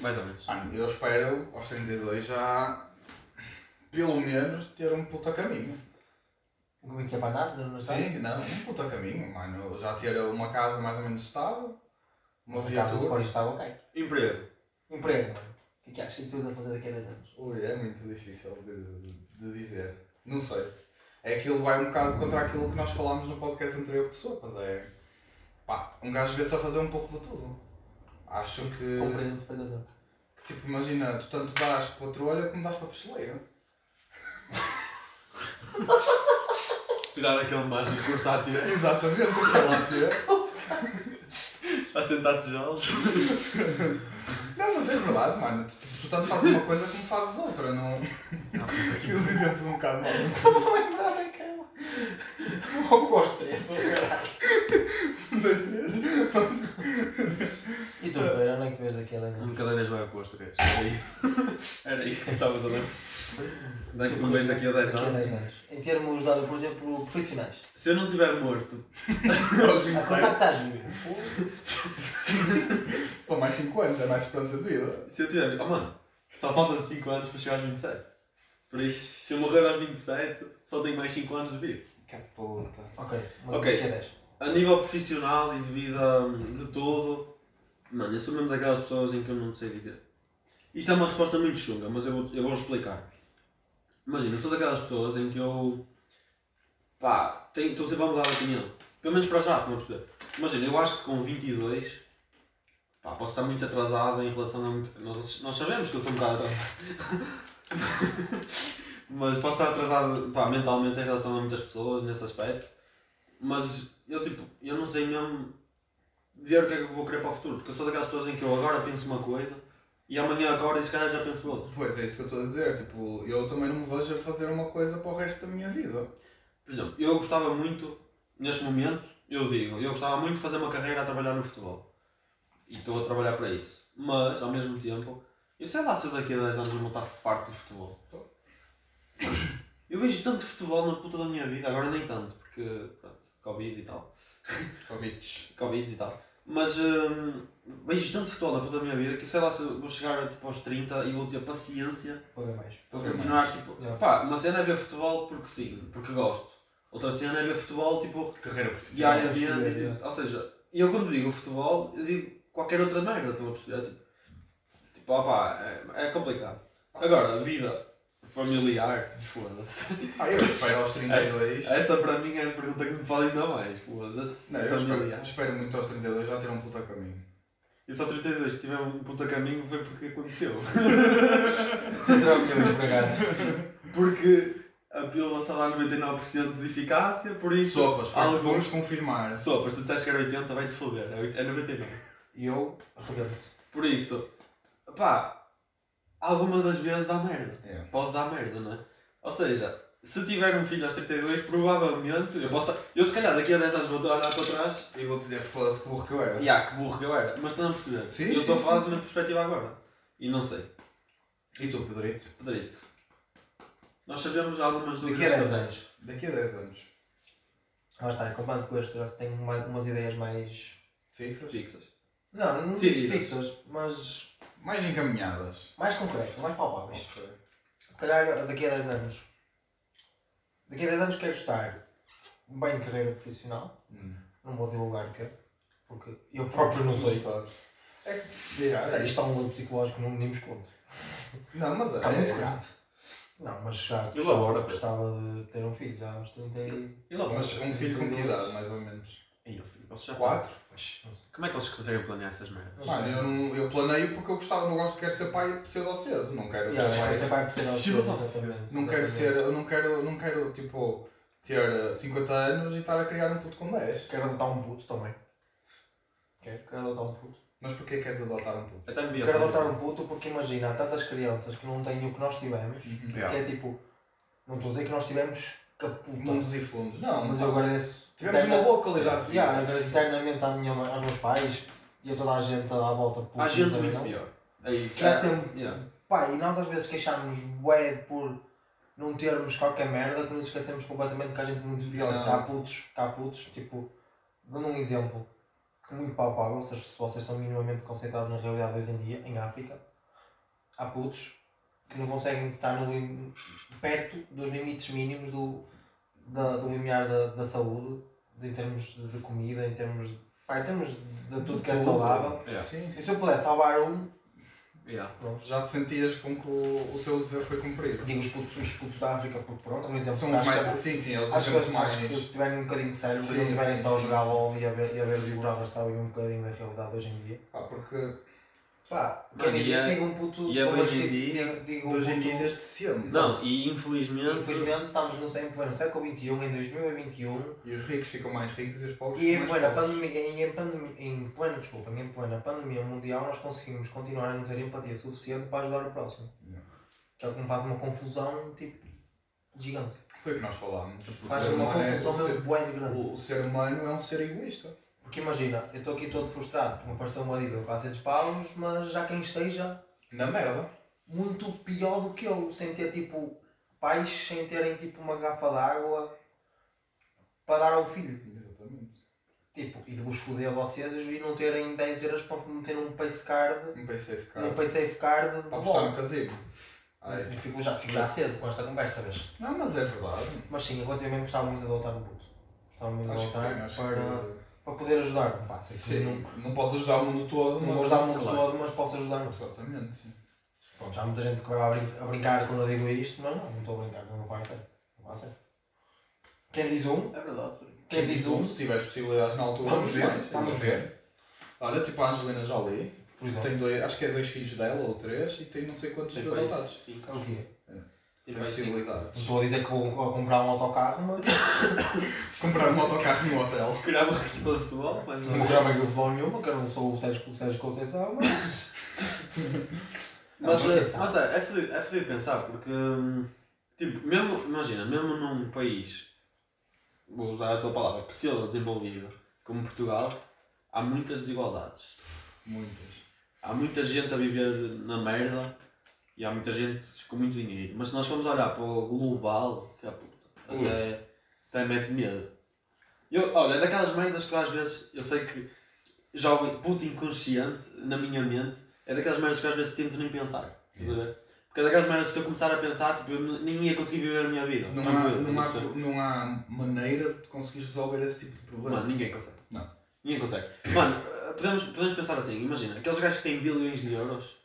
S1: Mais ou menos.
S2: Mano, eu espero, aos 32, já. pelo menos ter um puta caminho.
S5: Como é que é para nada? Não, não sabes?
S2: Sim, não, um puta caminho, mano. Eu Já ter uma casa mais ou menos estável, uma
S5: Por acaso, se
S2: viatura.
S5: for isto, estava ok.
S1: Emprego.
S5: Emprego, mano. O que é que achas que tu vais a fazer daqui a 10 anos?
S2: Ui, é muito difícil de, de dizer. Não sei. É aquilo vai um bocado contra aquilo que nós falámos no podcast anterior com o Sopas. É. Pá, um gajo vê-se a fazer um pouco de tudo. Acho que.
S5: Compreendo perfeitamente.
S2: que, Tipo, imagina, tu tanto dás para a trolha como dás para a pistoleira.
S1: Tirar aquele mágico, começar a tirar.
S2: Exatamente, aquela tia.
S1: A sentar tijolos.
S2: Não, mas é verdade, mano. Tu, tu tanto fazes uma coisa como fazes outra, não. Aqueles exemplos um bocado mal.
S5: Lembrar daquela. Não gosto dessa, caralho.
S2: Um, dois, três. Vamos.
S5: E tu, Vera, onde é que te vês daqui a 10 anos?
S1: Um cada vez vai com as três. Era isso. Era É isso que estavas a ver. Daqui um mês, daqui a 10
S5: Daqui a
S1: anos.
S5: 10 anos. Em termos de, por exemplo, profissionais. Ah,
S1: Se eu não tiver morto,
S5: A contar que estás vivo.
S2: São mais 50, é mais esperança de vida.
S1: se eu tiver. Oh mano, só faltam 5 anos para chegar aos 27. Por isso, se eu morrer aos 27, só tenho mais 5 anos de vida.
S2: Que puta.
S5: Ok, mas é
S1: Ok.
S5: daqui a 10.
S1: A nível profissional e de vida hum, de tudo, mano, eu sou mesmo daquelas pessoas em que eu não sei dizer. Isto é uma resposta muito chunga, mas eu vou, eu vou explicar. Imagina, eu sou daquelas pessoas em que eu. pá, tenho- estou sempre a mudar de opinião. Pelo menos para já, estão a perceber. Imagina, eu acho que com 22, pá, posso estar muito atrasado em relação a. muito- Nós, nós sabemos que eu sou um bocado atrasado. mas posso estar atrasado, pá, mentalmente em relação a muitas pessoas nesse aspecto. Mas eu tipo, eu não sei mesmo ver o que é que eu vou querer para o futuro, porque eu sou daquelas pessoas em que eu agora penso uma coisa e amanhã agora e se calhar já penso outra.
S2: Pois é isso que eu estou a dizer. Tipo, eu também não me vejo a fazer uma coisa para o resto da minha vida.
S1: Por exemplo, eu gostava muito, neste momento, eu digo, eu gostava muito de fazer uma carreira a trabalhar no futebol. E estou a trabalhar para isso. Mas, ao mesmo tempo, eu sei lá se eu daqui a 10 anos eu vou estar farto de futebol. Eu vejo tanto futebol na puta da minha vida, agora nem tanto, porque, pronto, Covid e tal.
S2: Oh, Covid.
S1: Covid e tal. Mas hum, vejo tanto futebol na puta da minha vida que sei lá se eu vou chegar tipo, aos 30 e vou ter paciência
S5: Vou ver mais.
S1: para
S2: Ok,
S1: continuar. Tipo,
S5: Yeah.
S1: pá, uma cena é ver futebol porque sim, porque gosto. Outra cena é ver futebol tipo
S2: Carreira profissional.
S1: diariamente.
S5: é,
S1: e- Ou seja, eu quando digo futebol, eu digo qualquer outra merda, estão a perceber? Tipo, tipo ah pá, é, é complicado. Agora, vida familiar, foda-se.
S2: Ah, eu espero aos 32.
S1: Essa para mim é a pergunta que me fala ainda mais, foda-se.
S2: Não, eu espero,
S1: familiar.
S2: espero muito aos 32 já ter um puta caminho.
S1: Eu só 32, se tiver um puta caminho foi porque aconteceu.
S5: Central que eu vou acaso.
S1: Porque a pílula só dá 99% de eficácia, por isso.
S2: Sopas, foi,
S1: algo-
S2: vamos confirmar.
S1: Sopas, tu disseste que era 80, vai-te foder, é oit- é 99.
S5: E eu, rebelde.
S1: Por isso, pá, alguma das vezes dá merda.
S2: É.
S1: Pode dar merda, não é? Ou seja, se tiver um filho aos 32, provavelmente. Eu, posso, eu se calhar daqui a 10 anos vou olhar para trás
S2: E vou dizer, foda-se que burro que eu
S5: É.
S2: era.
S1: e ah, que burro que eu era. Mas estão a perceber?
S2: Sim,
S1: eu
S2: sim,
S1: estou a
S2: sim,
S1: falar
S2: sim.
S1: da minha perspectiva agora. E não sei.
S2: E tu, Pedrito?
S1: Pedrito. Nós sabemos algumas dúvidas.
S5: Daqui a 10
S1: também.
S5: é anos.
S2: Daqui a 10 anos.
S5: Lá está, acabando com este, eu tenho mais- umas ideias mais.
S2: Fixas?
S1: Fixas.
S5: Não, não
S1: Sim,
S5: fixas, mas
S2: Mais encaminhadas.
S5: mais concretas, mais palpáveis. Se calhar daqui a 10 anos. Daqui a 10 anos quero estar bem de carreira profissional.
S2: Hum.
S5: Não vou divulgar o que é, porque eu próprio não sei.
S2: sabes. É que. Yeah, é
S5: Isto
S2: isso.
S5: há um lado psicológico, não nem vos conto.
S2: Não, mas é.
S5: Está muito grave. Não, mas já gostava,
S1: Elabora, Pedro.
S5: gostava de ter um filho, já aos 30 e...
S1: E logo,
S2: Mas um filho com que idade, mais ou menos?
S1: Ei, eu filho, vocês
S5: tá.
S1: já
S2: Quatro?
S1: estão- Como é que vocês conseguem planear essas merdas?
S2: Mano, eu, não- eu planeio porque eu gostava, não gosto, quero ser pai cedo ou cedo. Não quero
S5: Yeah,
S2: ser
S5: vai ser
S2: pai.
S5: pai por ser aos
S1: Sim,
S5: 30,
S1: nossa.
S5: exatamente,
S2: Não quero ser,
S5: exatamente.
S2: eu não quero, não quero tipo ter eh, 50 anos e estar a criar um puto com 10.
S5: Quero adotar um puto também. Quero, quero adotar um puto.
S2: Mas porquê que queres adotar um puto?
S1: Até me vi a
S5: Quero
S1: fazer.
S5: adotar um puto porque imagina, há tantas crianças que não têm o que nós tivemos,
S1: Yeah.
S5: que é tipo, não estou a dizer que nós tivemos caputa,
S2: Mundos e fundos. Não,
S5: Então. mas eu é- agradeço.
S2: Tivemos uma
S5: eterna-
S2: boa qualidade de vida.
S5: Yeah, agradeço eternamente à minha, mãe- aos meus pais e a toda a gente à volta. porque
S1: Há gente
S5: também
S1: muito
S5: não. um
S1: pior. Aí,
S5: Que há sempre-
S1: Yeah.
S5: Pá, e nós às vezes queixámos bué por não termos qualquer merda que nos esquecemos completamente que há gente muito pior.
S2: Não.
S5: Que há putos, que há putos, tipo, dando um exemplo que muito palpável, se as- se vocês estão minimamente concentrados na realidade hoje em dia, em África, há putos que não conseguem estar no, lim- perto dos limites mínimos do, da, do limiar da, da saúde, de- em termos de, de comida, em termos de, pá, em termos de tudo que é saudável.
S1: Yeah.
S2: Sim,
S5: E
S2: sim.
S5: se eu pudesse salvar um,
S1: Yeah.
S5: pronto,
S2: Já te sentias com que o, o teu dever foi cumprido.
S5: Digo os putos, os putos da África, porque pronto, é um exemplo.
S2: São
S5: que
S2: os
S5: acho
S2: mais.
S5: que-
S2: Sim, sim, eles
S5: Acho
S2: acham
S5: que, acho
S2: os
S5: que,
S2: mais.
S5: se tiverem um bocadinho de cérebro
S2: Sim,
S5: e não tiverem
S2: sim,
S5: só a
S2: sim,
S5: jogar
S2: sim.
S5: LOL e a ver, e a ver o Big Brother, sabem um bocadinho da realidade hoje em dia.
S2: Pá, Ah, porque
S5: Pá,
S1: Mano,
S5: quem diz
S1: e
S5: isto,
S1: é-
S5: diga um puto.
S1: e é de
S5: mas
S1: hoje em
S5: digo-
S1: dia-
S5: digo- digo um
S2: hoje em
S5: puto-
S2: dia desde sempre.
S1: Não, e infelizmente.
S5: Infelizmente, estamos no, em pleno século XXI, em 2021,
S2: E os ricos ficam mais ricos e os pobres
S5: e
S2: ficam
S5: em
S2: mais
S5: plena
S2: pobres.
S5: pandemia, em, em pandemia, em pleno, desculpa, em plena pandemia mundial, nós conseguimos continuar a não ter empatia suficiente para ajudar o próximo. Que é o que me faz uma confusão, tipo, gigante.
S2: Foi o que nós falámos.
S5: Faz
S2: O ser
S5: uma
S2: humano é-
S5: confusão
S2: o
S5: mesmo
S2: ser-
S5: bué de grande.
S2: O ser humano é um ser egoísta.
S5: Porque imagina, eu estou aqui todo frustrado, me apareceu uma dívida de 400 paus, mas já quem esteja
S2: Na merda.
S5: muito pior do que eu, sem ter tipo pais, sem terem tipo uma garrafa de água para dar ao filho.
S2: Exatamente.
S5: Tipo, e de vos foder a vocês e não terem 10 euros para meter num pace card,
S2: Um PC ficar.
S5: num pay safe card de
S2: Para apostar Ah, é.
S5: bola.
S2: no casino. Ai.
S5: E Fico já, fico já aceso com esta conversa, vês?
S2: Não, mas é verdade.
S5: Mas sim, eu relativamente gostava muito de adotar um puto. Gostava muito de
S2: Acho que sim,
S5: adotar
S2: acho
S5: para,
S2: que.
S5: para poder ajudar. Pá, sei que
S2: Sim,
S5: não,
S2: não, não podes ajudar o mundo todo,
S5: não
S2: mas-
S5: vou ajudar o mundo
S2: Claro.
S5: todo, mas posso ajudar no
S2: Exatamente. sim.
S5: Pronto, já há muita gente que vai a, brin- a brincar quando eu digo isto, mas não, não estou a brincar, não vai ser. Não vai ser. Quem diz um,
S1: É verdade.
S5: quem diz um,
S2: Se tiveres possibilidades na altura,
S5: Vamos ver,
S2: mais,
S5: vamos
S2: exato. Olha, tipo a Angelina Jolie,
S5: por exemplo,
S2: tem dois, acho que é dois filhos dela ou três, e tem não sei quantos
S1: Tem
S2: de
S1: para isso
S2: adotados.
S1: cinco.
S5: é o quê?
S1: Tem
S2: Tem
S1: para isso cinco.
S5: Não
S2: possibilidades.
S5: estou a dizer que vou vou comprar um autocarro, mas
S2: Comprar um autocarro no hotel.
S1: Criar uma equipa de futebol, mas
S5: não vou comprar uma futebol nenhuma, que eu não sou o Sérgio, o Sérgio Conceição, mas.
S1: Mas,
S5: Não, não
S1: eh,
S5: pensar.
S1: mas é, é fodido é fodido pensar porque, hum, tipo, mesmo, imagina, mesmo num país, vou usar a tua palavra, pseudo-desenvolvido, como Portugal, há muitas desigualdades.
S2: Muitas.
S1: Há muita gente a viver na merda e há muita gente com muito dinheiro. Mas se nós formos olhar para o global, que é puta,
S2: Ui.
S1: até, até mete medo. Eu, olha, é daquelas merdas que eu às vezes, eu sei que já ouvi puto inconsciente na minha mente, é daquelas merdas que eu às vezes tento nem pensar. estás a ver? Porque é daquelas merdas que se eu começar a pensar, tipo, eu n- nem ia conseguir viver a minha vida.
S2: Não há,
S1: tranquilo,
S2: não, há,
S1: estás a perceber?
S2: não há maneira de tu conseguires resolver esse tipo de problema.
S1: Mano, ninguém consegue.
S2: Não.
S1: Ninguém consegue. Mano, eh, podemos, podemos pensar assim, imagina, aqueles gajos que têm bilhões de euros,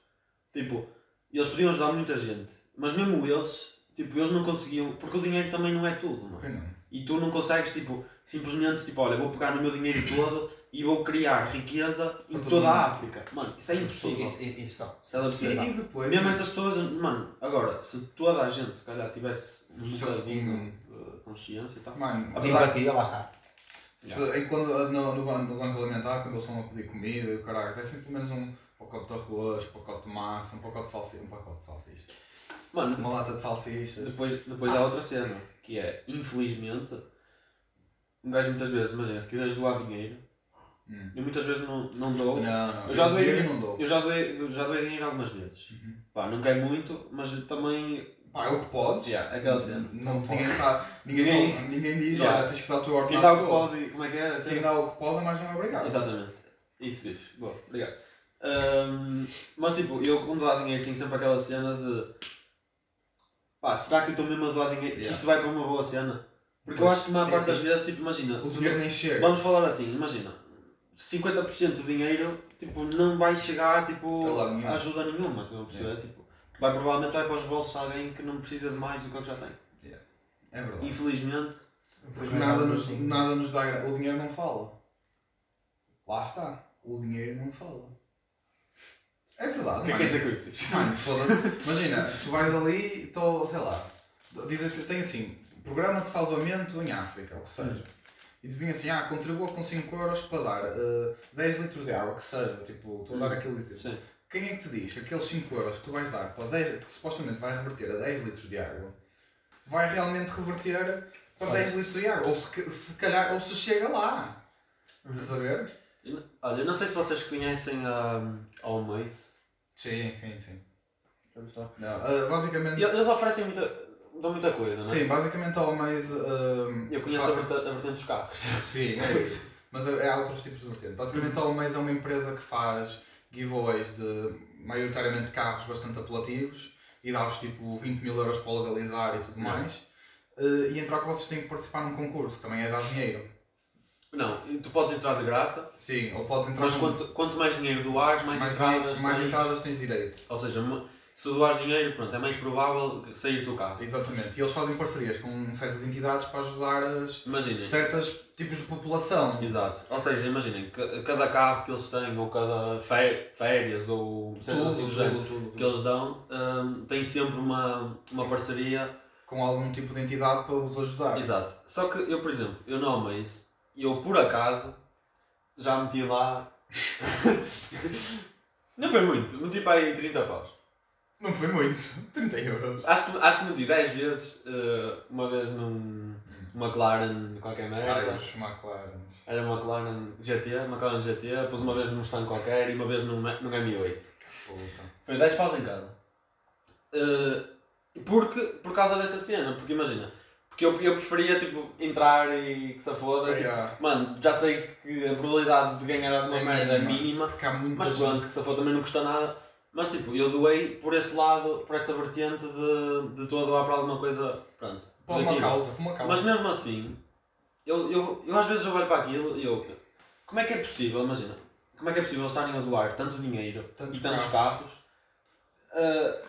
S1: tipo, eles podiam ajudar muita gente, mas mesmo eles, tipo, eles não conseguiam, porque o dinheiro também não é tudo, mano.
S2: Ok, não.
S1: E tu não consegues, tipo, simplesmente, tipo, olha, vou pegar no meu dinheiro todo e vou criar riqueza em
S2: todo
S1: toda
S2: mundo.
S1: a África. Mano, isso é impossível.
S4: Isso, isso, isso não.
S1: Estás a
S2: E,
S1: perceber?
S2: e depois.
S1: Mesmo essas pessoas, mano, agora, se toda a gente, se calhar, tivesse um
S2: Seus-
S1: bocadinho de consciência e tal,
S2: Mano,
S1: Apesar-
S5: Empatia, lá está.
S2: Se, e quando, no, no, ban- no banco alimentar, quando eles estão a pedir comida e o caralho, é sempre pelo menos um pacote de arroz, um pacote de massa, um pacote de salsicha, um pacote de salsicha,
S1: mano,
S2: uma lata de salsichas.
S1: Depois, depois há outra cena, que é, infelizmente, um gajo muitas vezes, imagina, se quiseres doar dinheiro,
S2: Hum.
S1: eu muitas vezes não, não dou.
S2: Não, não,
S1: Eu já doei- um.
S2: dinheiro não dou.
S1: Eu já doei, eu já doei dinheiro algumas vezes.
S2: Uhum.
S1: Pá, não ganho muito, mas também.
S2: Pá, é o que podes.
S1: Yeah, aquela cena.
S2: Não, ninguém, tá, ninguém,
S1: Ninguém-
S2: to- ninguém diz,
S1: Yeah.
S2: olha, tens que dar o teu ordenado.
S1: Quem dá o que
S2: todo.
S1: pode. Como é que é? a cena?
S2: Quem dá o que pode, mas não é obrigado.
S1: Exatamente. Isso, bicho. Boa, obrigado. Ahm, mas tipo, eu quando dou dinheiro tenho sempre aquela cena de. Pá, será que eu estou mesmo a doar dinheiro? Que
S2: Yeah.
S1: Isto vai para uma boa cena? Porque eu
S2: Pois,
S1: acho que a maior
S2: sim,
S1: parte
S2: sim.
S1: das vezes, tipo, imagina.
S2: O dinheiro nem chega.
S1: Vamos falar assim, imagina, 50% do dinheiro tipo, não vai chegar tipo,
S2: A lado nenhum.
S1: É a ajuda nenhuma, estão a perceber? Tipo, vai provavelmente vai para os bolsos de alguém que não precisa de mais do que o que já tem.
S2: É verdade.
S1: Infelizmente, é
S2: Porque nada assim. nos,
S1: assim.
S2: nada nos dá. gra- O dinheiro não fala. Lá está. O dinheiro não fala. É verdade.
S1: o que é que queres
S2: mano.
S1: dizer com isso? bicho?
S2: Mano, foda-se. Imagina, tu vais ali, estou, sei lá, diz assim, tem assim, programa de salvamento em África, ou que seja. E dizem assim, ah, contribua com 5 euros para dar eh, 10 litros de água, que seja, tipo, estou a dar aquele exemplo.
S1: Sim.
S2: Quem é que te diz que aqueles 5 euros que tu vais dar para os 10, que supostamente vai reverter a 10 litros de água, vai realmente reverter para 10 litros de água? Ou se, ca- se calhar, ou se chega lá. Estás a ver?
S1: Eu não- Olha, eu não sei se vocês conhecem a Almaze.
S2: Sim, sim, sim.
S1: E
S2: Não, eh, basicamente.
S1: Eles oferecem muita, dão muita coisa, não é?
S2: Sim, basicamente há eh, mais.
S1: Eu conheço a vertente, a vertente dos carros.
S2: Sim, é isso. Mas é- há outros tipos de vertente. Basicamente, a mais é uma empresa que faz giveaways de maioritariamente carros bastante apelativos e dá-vos tipo 20 mil euros para legalizar e tudo
S1: Sim.
S2: mais. Eh, E em troca, vocês têm que participar num concurso, que também é dar dinheiro.
S1: Não, tu podes entrar de graça,
S2: Sim, ou podes entrar
S1: mas
S2: num-
S1: quanto, quanto mais dinheiro doares, mais,
S2: mais,
S1: entradas
S2: dinhe- mais
S1: tens.
S2: entradas tens direito.
S1: Ou seja, mo- se doares dinheiro, pronto, é mais provável sair do carro.
S2: Exatamente. E eles fazem parcerias com certas entidades para ajudar as
S1: Imaginem.
S2: certos tipos de população.
S1: Exato. Ou seja, imaginem, ca- cada carro que eles têm, ou cada fé- férias, ou
S2: Tudo,
S1: cenas assim do
S2: tudo,
S1: género,
S2: tudo,
S1: que eles dão, hum, tem sempre uma, uma parceria.
S2: com algum tipo de entidade para os ajudar.
S1: Exato. Só que eu, por exemplo, eu não amo isso. Eu, por acaso, já meti lá... não foi muito. Meti para aí 30 paus.
S2: Não foi muito, 30 euros.
S1: Acho que, acho que meti 10 vezes, eh, uma vez num McLaren qualquer merda.
S2: Ai, os McLarens.
S1: Era uma McLaren GT, McLaren GT, pus uma vez num Mustang qualquer e uma vez num, num M8.
S2: é Puta.
S1: Foi 10 paus em cada. Eh, porque, por causa dessa cena, porque imagina, porque eu, eu preferia tipo, entrar e que se foda.
S2: Ai,
S1: tipo,
S2: ah,
S1: Mano, já sei que a probabilidade de ganhar alguma
S2: É
S1: merda é
S2: mínima.
S1: mínima,
S2: Porque há muita
S1: mas
S2: gente.
S1: pronto, que se for também não custa nada. Mas tipo, eu doei por esse lado, por essa vertente de, de estou a doar para alguma coisa, pronto,
S2: Por uma
S1: positiva.
S2: causa, por uma
S1: Mas
S2: causa.
S1: mesmo assim, eu, eu, eu às vezes olho para aquilo e eu, como é que é possível, imagina, como é que é possível eles estarem a doar tanto dinheiro
S2: Tantos
S1: e tantos carros? Ah,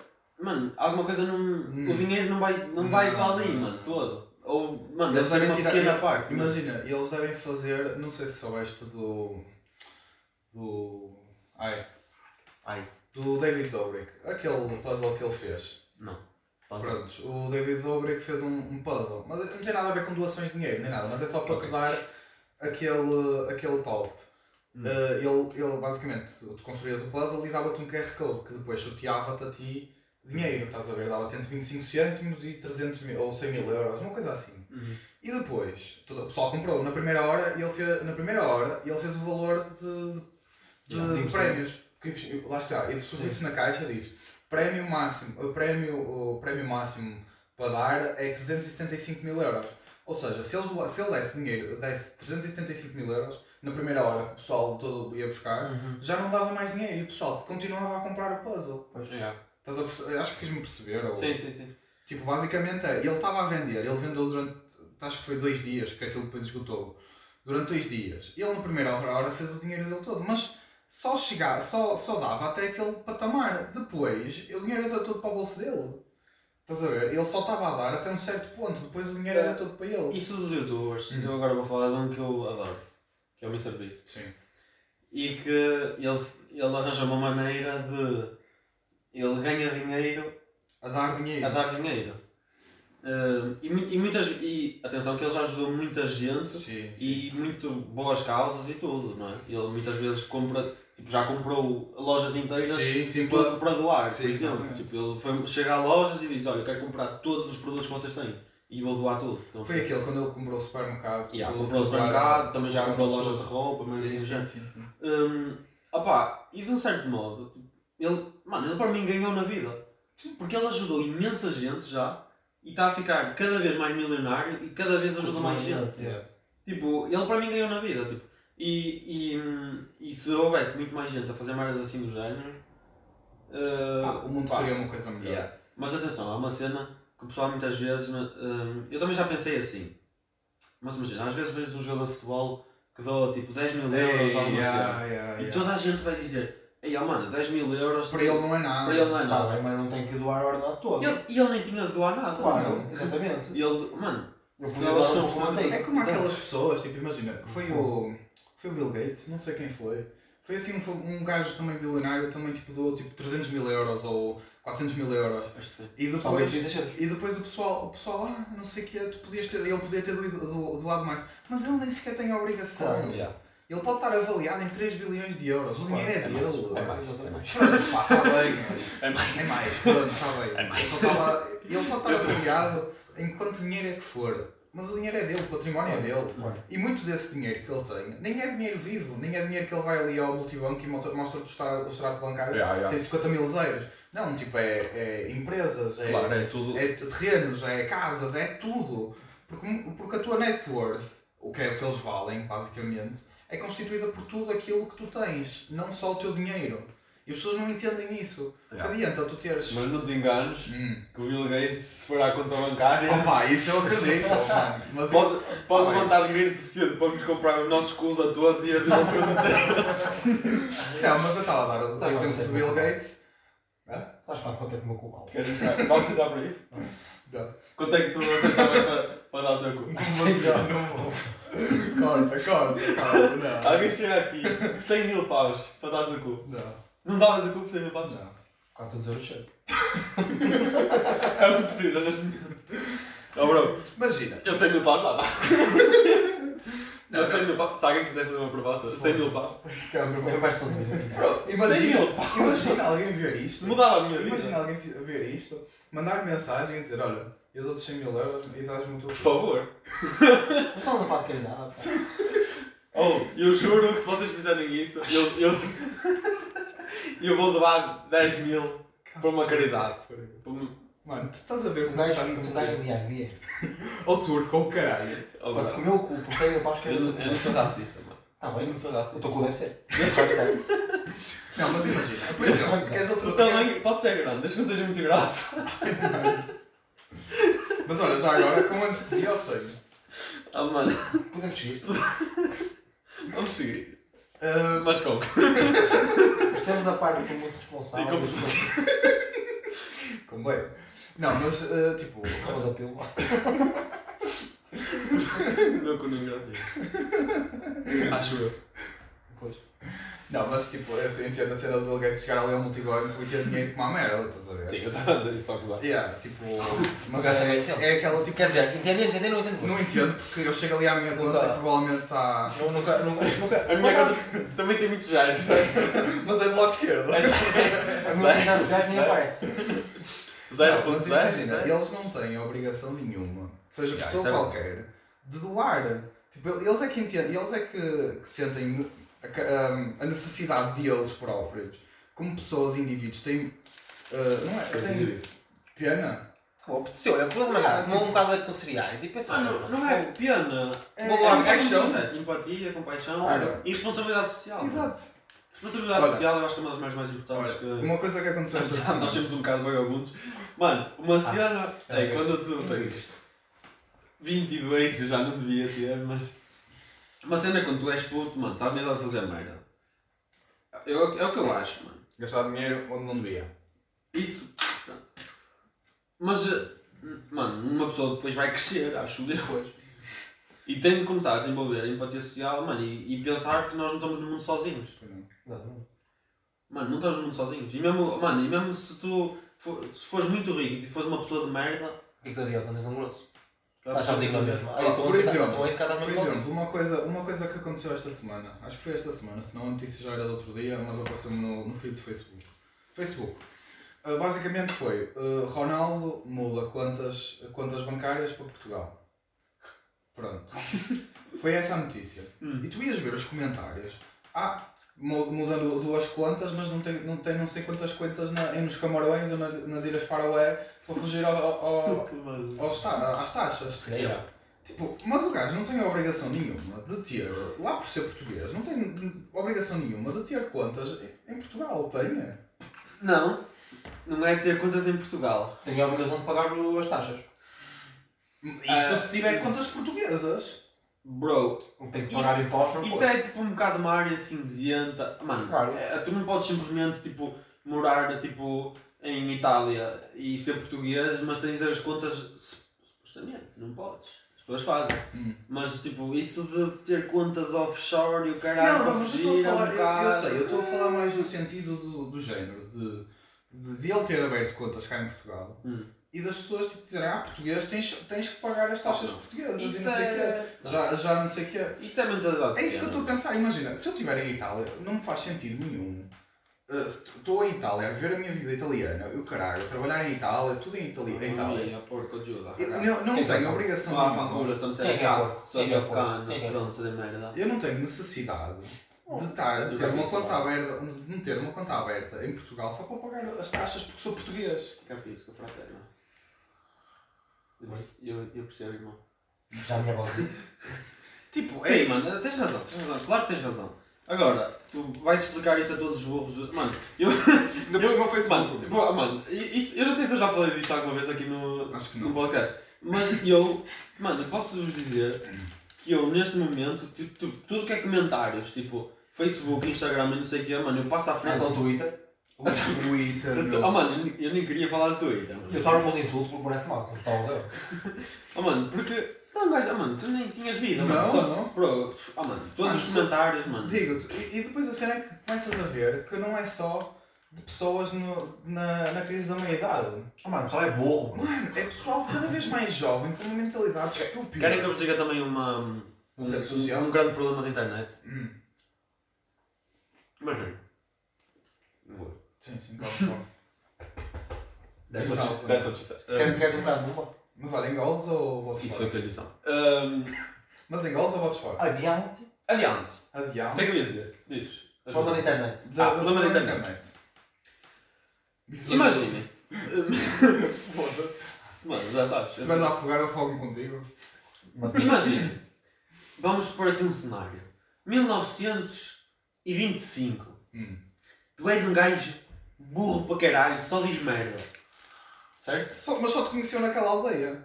S1: mano, alguma coisa não.
S2: Hum.
S1: O dinheiro não vai, não
S2: Não,
S1: vai para
S2: não,
S1: ali,
S2: não,
S1: mano,
S2: não.
S1: todo. Ou, mano, deve
S2: Eles
S1: ser
S2: devem
S1: uma
S2: tirar-
S1: pequena parte. mano.
S2: Imagina, eles devem fazer, não sei se soubeste do. do. Ai.
S1: Ai.
S2: Do David Dobrik, aquele puzzle que ele fez.
S1: Faz-
S2: Prontos, o David Dobrik fez um, um puzzle, mas não tem nada a ver com doações de dinheiro, nem nada, mas é só para te dar aquele, aquele top.
S1: Hum.
S2: Uh, ele, ele basicamente, tu construías o puzzle e dava-te um QR Code que depois sorteava-te a ti dinheiro, estás a ver? Dava-te entre 25 cêntimos e 300 mil, ou 100 mil euros, uma coisa assim.
S1: Uhum.
S2: E depois, todo, o pessoal comprou na primeira hora e ele fez, na primeira hora, e ele fez o valor de, de,
S1: Yeah,
S2: de
S1: digo
S2: prémios. Que investi- lá está, e tu isso na caixa diz prémio máximo, o prémio, o prémio máximo para dar é 375 mil euros. Ou seja, se ele, doa- se ele desse dinheiro, desse 375 mil euros, na primeira hora que o pessoal todo ia buscar,
S1: Uhum.
S2: já não dava mais dinheiro e o pessoal continuava a comprar o puzzle.
S1: Yeah.
S2: Estás a perce- Acho que fiz-me perceber. Ou...
S1: Sim, sim, sim.
S2: Tipo, basicamente é, ele estava a vender, ele vendeu durante, acho que foi dois dias, que aquilo depois esgotou. Durante dois dias. Ele na primeira hora fez o dinheiro dele todo, mas só chegava, só, só dava até aquele patamar. Depois, o dinheiro era todo para o bolso dele. Estás a ver? Ele só estava a dar até um certo ponto, depois o dinheiro era todo para ele.
S1: Isso dos youtubers,
S2: Hum.
S1: eu agora vou falar de um que eu adoro, que é o MrBeast.
S2: Sim.
S1: e que ele, ele arranja uma maneira de ele ganha dinheiro
S2: A dar dinheiro.
S1: a dar dinheiro. Eh, e, mu- e muitas e atenção que ele já ajudou muita gente
S2: Sim, sim.
S1: e muito boas causas e tudo, não é? Ele muitas vezes compra, tipo, já comprou lojas inteiras
S2: Sim, sim,
S1: tudo
S2: pode-
S1: para doar,
S2: Sim,
S1: por exemplo.
S2: exatamente.
S1: Tipo, ele foi, chega a lojas e diz, olha, eu quero comprar todos os produtos que vocês têm e vou doar tudo. Então,
S2: Foi aquele quando ele comprou o supermercado.
S1: Yeah,
S2: Ele
S1: comprou o
S2: comprou a-
S1: supermercado, também já comprou
S2: comprou
S1: lojas de roupa, mas
S2: Sim,
S1: assim, já.
S2: sim, sim, sim.
S1: Hum, opá, e de um certo modo, ele, mano, ele para mim ganhou na vida. Porque ele ajudou imensa gente já e está a ficar cada vez mais milionário e cada vez ajuda mais gente.
S2: Yeah.
S1: Tipo, ele para mim ganhou na vida. Tipo, e, e, hum, e se houvesse muito mais gente a fazer merdas assim do género. uh,
S2: Ah, o mundo
S1: pá,
S2: seria uma coisa melhor.
S1: Yeah. Mas atenção, há uma cena que o pessoal muitas vezes. hum, eu também já pensei assim. Mas imagina, às vezes é um vês um jogador de futebol que dá tipo 10 mil euros ou alguma cena.
S2: yeah,
S1: E toda a gente vai dizer: Aí, ah, mano, 10 mil euros.
S2: Para ele não é nada.
S1: para ele não é
S5: Está
S1: nada.
S5: Tá bem, mas não tem que doar o ordenado todo.
S1: Ele- E ele nem tinha de doar nada.
S5: Claro,
S1: mano.
S5: exatamente.
S1: E ele, mano,
S5: Eu
S1: Eles
S5: podia doar
S1: são
S5: um fundo
S1: fundamentais.
S5: de-
S2: É como
S1: Exato. Uhum.
S2: aquelas pessoas, tipo, imagina, que foi o. Foi o Bill Gates, não sei quem foi. Foi assim um, um gajo também bilionário, também tipo doou tipo 300 mil euros ou 400 mil euros.
S1: acho que sim.
S2: E
S5: Somente
S2: depois,
S5: 600.
S2: e depois o pessoal, o pessoal, ah, não sei o que é, tu podias ter, ele podia ter doído- do- doado mais. Mas ele nem sequer tem a obrigação.
S5: Claro,
S2: Ele pode estar avaliado em 3 bilhões de euros. O dinheiro é,
S1: mais,
S2: dele.
S1: é mais, é mais.
S2: Pá, está bem, mas-
S1: É mais.
S2: É mais, pronto, está bem.
S1: É mais.
S2: Eu só estava- Ele pode estar avaliado em quanto dinheiro é que for. Mas o dinheiro é dele, o património é dele.
S5: Claro.
S2: E muito desse dinheiro que ele tem, nem é dinheiro vivo, nem é dinheiro que ele vai ali ao multibanco e mostra- mostra-te o extra- o extrato bancário.
S1: Yeah, yeah.
S2: É, Tem 50 mil zeiros. Não, tipo, é, é empresas, é,
S1: Claro, é tudo.
S2: é terrenos, é casas, é tudo. Porque, porque a tua net worth, o que é o que eles valem, basicamente, é constituída por tudo aquilo que tu tens, não só o teu dinheiro. E as pessoas não entendem isso.
S1: Yeah.
S2: Que adianta tu teres.
S3: É. Mas não te enganes
S2: Hum.
S3: que o Bill Gates, se for à conta bancária,
S2: Opa, isso eu acredito. mano. Mas isso-
S3: pode, pode
S2: Ah, bem.
S3: levantar dinheiro suficiente para nos comprar os nossos cus a todos e a dele.
S2: Não, mas eu estava a dar o
S3: Tá
S5: Sabe
S2: exemplo
S5: quanto
S2: do
S5: é que
S2: Bill
S5: eu-
S2: Gates.
S5: Sabes para quanto é que o meu cu vale?
S3: Queres entrar? Vamos entrar por aí?
S2: Dá.
S3: Quanto é que tu aceitavas para, para dar o teu cu?
S2: Não vou. Corta, corta, corta. Não.
S3: Alguém chega aqui, 100 mil paus para dar o cu.
S2: Não,
S3: Não davas o cu por 100 mil paus?
S2: não.
S5: 4 euros certo.
S3: É o que precisas neste momento. Oh, bro,
S2: Imagina.
S3: eu 100 mil paus lá.
S2: Não,
S3: Eu 100 mil paus. Se alguém quiser fazer uma proposta, 100 mil paus.
S2: é
S5: Não vais conseguir.
S2: Pronto,
S3: 100
S2: imagina,
S3: mil paus.
S2: imagina alguém ver isto.
S3: Mudava a minha
S2: Imagina
S3: vida.
S2: alguém fi- ver isto, mandar mensagem e dizer: Olha, eu dou-te 100 mil euros e dás-me o teu.
S3: Por favor.
S5: Então Não estamos a falar de caridade, pá.
S3: Oh, eu juro que se vocês fizerem isso, eu, eu, eu vou doar 10 mil para uma caridade. Para uma-
S2: Mano, tu estás a ver
S5: Se um
S2: como
S5: gajo
S2: estás
S5: se um gajo
S2: a
S5: em dia a dia.
S2: Ou turco, ou caralho.
S3: Oh,
S5: Para te
S3: bro.
S5: comer o cu por 100 mil paus,
S3: eu, não- eu não
S5: queres
S3: sou racista, mano.
S5: Está
S3: Eu
S5: é Tá bem,
S3: não sou
S5: o
S3: racista.
S5: teu cu deve ser. Deve ser.
S2: Não, mas imagina, por exemplo, se queres outro
S3: O tamanho pode ser grande, desde que não seja muito grosso.
S2: Mas olha, já agora, com anestesia ou sem?
S3: Oh, mano,
S5: Podemos seguir.
S3: vamos seguir.
S2: Ah,
S3: Mas como?
S5: Estamos da parte que é muito responsável.
S3: E como-
S5: Estamos
S2: Como é? Não, mas ah, tipo,
S5: a pílula.
S3: Meu cu não grande. Acho eu.
S5: Depois.
S2: não, mas tipo, eu só entendo a cena do Bill Gates chegar ali ao multibanco e ter dinheiro como a merda, estás a ver?
S3: Sim, eu estava a dizer isso só gozar.
S2: Yeah, tipo, mas
S5: gajo também
S2: é,
S5: entende.
S2: é aquela tipo.
S5: Quer dizer, entender, entender, não entendo.
S2: Não entendo, porque eu chego ali à minha
S5: Não
S2: conta
S5: dá.
S2: e provavelmente tá- está.
S5: Não, nunca, nunca, nunca.
S3: A minha conta também tem muitos tá? genes. Zero
S2: Mas é do lado esquerdo.
S5: A minha opinião dos gajos nem aparece.
S2: Não, mas
S3: 0.0.
S2: imagina,
S3: zero.
S2: Eles não têm obrigação nenhuma, seja
S1: Yeah,
S2: pessoa
S1: isso é
S2: qualquer, de doar. Tipo, eles é que entendem, eles é que, que sentem a, ca- um, a necessidade deles próprios. Como pessoas, indivíduos, têm. uh, não é? Têm pena.
S5: Pô, apeteceu, olha, pula de manhã, tomou um bocado de leite com cereais e pensou,
S1: Ah, não, não é pena.
S2: É,
S5: Vou lá,
S2: é paixão.
S1: É Empatia, compaixão
S2: Olha.
S1: e responsabilidade social.
S2: Ah, Exato.
S1: Responsabilidade
S2: Olha.
S1: social eu acho que é uma das mais, mais
S2: Olha,
S1: importantes que.
S2: uma coisa então, que aconteceu esta
S3: Sabe,
S2: semana.
S3: Nós temos um bocado de vagabundos. Mano, uma cena
S5: Ah,
S3: é
S5: ok.
S3: quando tu tens 22, eu já não devia ter, mas.
S1: Uma cena é quando tu és puto, mano, estás na idade de fazer merda. Eu- é o que eu acho, mano.
S2: Gastar dinheiro onde não devia.
S1: Isso. Pronto. Mas, eh, mano, uma pessoa depois vai crescer, acho eu.
S2: Pois.
S1: E tem de começar a desenvolver a empatia social, mano, e, e pensar que nós não estamos no mundo sozinhos.
S5: Não,
S1: Mano, não estás no mundo sozinhos. E mesmo, mano, e mesmo se tu for, se fores muito rico e tu fores uma pessoa de merda.
S5: E que tu adianta, andas num grosso. Estás Tá, sozinho na mesma.
S2: Ah, por exemplo,
S5: Estão aí de cada
S2: Por
S5: uma coisa.
S2: exemplo, uma coisa, uma coisa que aconteceu esta semana, acho que foi esta semana, senão a notícia já era do outro dia, mas apareceu-me no, no feed do Facebook. Facebook. Uh, basicamente foi, uh, Ronaldo mula contas, contas bancárias para Portugal. Pronto. foi essa a notícia.
S3: Hum.
S2: E tu ias ver os comentários. Ah, mu- mudando duas contas, mas não tem não, tem não sei quantas contas na, nos Camarões ou na- nas Ilhas Faroé para fugir ao, ao, ao, aos ta- às taxas.
S5: Yeah.
S2: Tipo, mas o gajo não tem obrigação nenhuma de ter, lá por ser português, não tem obrigação nenhuma de ter contas em Portugal, tem?
S1: Não, não é ter contas em Portugal.
S5: Tenho a obrigação de pagar o- as taxas.
S1: Ah,
S2: Isto se tiver contas portuguesas.
S1: Bro,
S5: Tem que
S1: Isso-
S5: pagar impostos, não
S1: isso
S5: pode.
S1: é tipo um bocado uma área cinzenta. Mano,
S5: Claro.
S1: é, tu não podes simplesmente tipo, morar tipo, em Itália e ser português, mas tens as contas. sup- Supostamente, não podes. As pessoas fazem.
S2: Hum.
S1: Mas tipo, isso de ter contas offshore e o caralho.
S2: Não, não,
S1: para
S2: mas eu estou a
S1: fugir é um
S2: falar, eu, eu
S1: bocado-
S2: sei, eu estou a falar mais no sentido do, do género, de, de, de ele ter aberto contas cá em Portugal
S1: Hum.
S2: e das pessoas tipo, dizerem, ah, português, tens, tens que pagar as taxas
S1: Ah, não.
S2: portuguesas e
S1: Isso
S2: não sei o quê.
S1: é...
S2: Já, já não sei o quê.
S1: Isso é mentalidade.
S2: É isso que
S1: pequena.
S2: eu estou a pensar, imagina, se eu estiver em Itália, não me faz sentido nenhum. Uh, se Estou em Itália a viver a minha vida italiana, eu caralho, trabalhar em Itália, tudo em Itali- em Itália.
S1: Ai, a porca ajuda.
S2: Eu não, não
S5: Sim,
S2: tenho
S5: tá.
S2: obrigação
S1: Só a
S2: nenhuma.
S1: fancura, estamos a
S5: Quem é que é a
S1: cá,
S5: porca?
S1: só
S5: Quem é que é a
S1: de
S5: porca?
S1: cano,
S5: Quem é que é a
S1: pronto, de merda.
S2: Eu não tenho necessidade de estar a
S1: Eu
S2: ter uma
S1: também
S2: conta
S1: sou.
S2: aberta, de não ter uma conta aberta em Portugal só para pagar as taxas porque sou português.
S1: Fica por isso, que eu fraterno. é? Eu, disse- eu, eu percebo, irmão. é-
S5: Já a minha voz.
S1: Tipo,
S2: é
S1: Sim, mano, tens razão, tens razão, claro que tens razão. Agora, tu vais explicar isso a todos os burros. de- Mano, eu.
S2: Depois
S1: eu-
S2: o meu Facebook.
S1: Mano, bro, mano i- isso, eu não sei se eu já falei disso alguma vez aqui no,
S2: Acho que
S1: no
S2: não.
S1: podcast, mas eu. Mano, eu posso-vos dizer que eu, neste momento, tipo, tu- tudo que é comentários, tipo, Facebook, Instagram e não sei o que, mano, eu passo à frente
S5: Frente
S1: ao
S5: ao Twitter.
S2: O Twitter.
S1: Eu tô-
S2: meu.
S1: Oh mano, eu nem- eu nem queria falar de Twitter, mano.
S5: Eu estava com insulto porque parece mal, como está a usar.
S1: Oh mano, porque. Se não gajo. Oh mano, tu nem tinhas vida,
S2: Não,
S1: mano. Só-
S2: não.
S1: Bro, oh mano, todos
S2: Mano,
S1: os
S2: só-
S1: comentários, mano.
S2: Digo-te, e, e depois a cena é que começas a ver que não é só de pessoas no- na, na crise da meia-idade.
S5: Ah, mano, o pessoal é burro. mano.
S2: Mano, é pessoal cada vez mais jovem com uma mentalidade estúpida.
S1: Querem que eu vos diga também uma. Um,
S2: Rede social?
S1: um grande problema da internet.
S2: Hum,
S1: Imagina.
S2: sim, sim, claro, claro.
S3: That's what she- that's what she said.
S1: É.
S5: Queres queres um bocado de uma?
S2: Mas olha, engoles ou votos
S1: Isso Ah, foi o que eu
S2: fora?
S1: disse. Ahm,
S2: Mas engoles ou votos fora?
S5: Adiante.
S1: Adiante. O
S2: Adiante.
S1: que é que eu ia dizer? Diz.
S5: Forma da
S1: Ajuda.
S5: internet.
S1: Ah, problema da internet. Imaginem. Foda-se. Mano, já sabes.
S2: Se estiveres a afogar, eu fogo contigo.
S1: Imaginem. Vamos pôr aqui um cenário. 1925.
S2: Hum.
S1: Tu és um gajo burro para caralho, só diz merda. Certo?
S2: Só- mas só te conheceu naquela aldeia.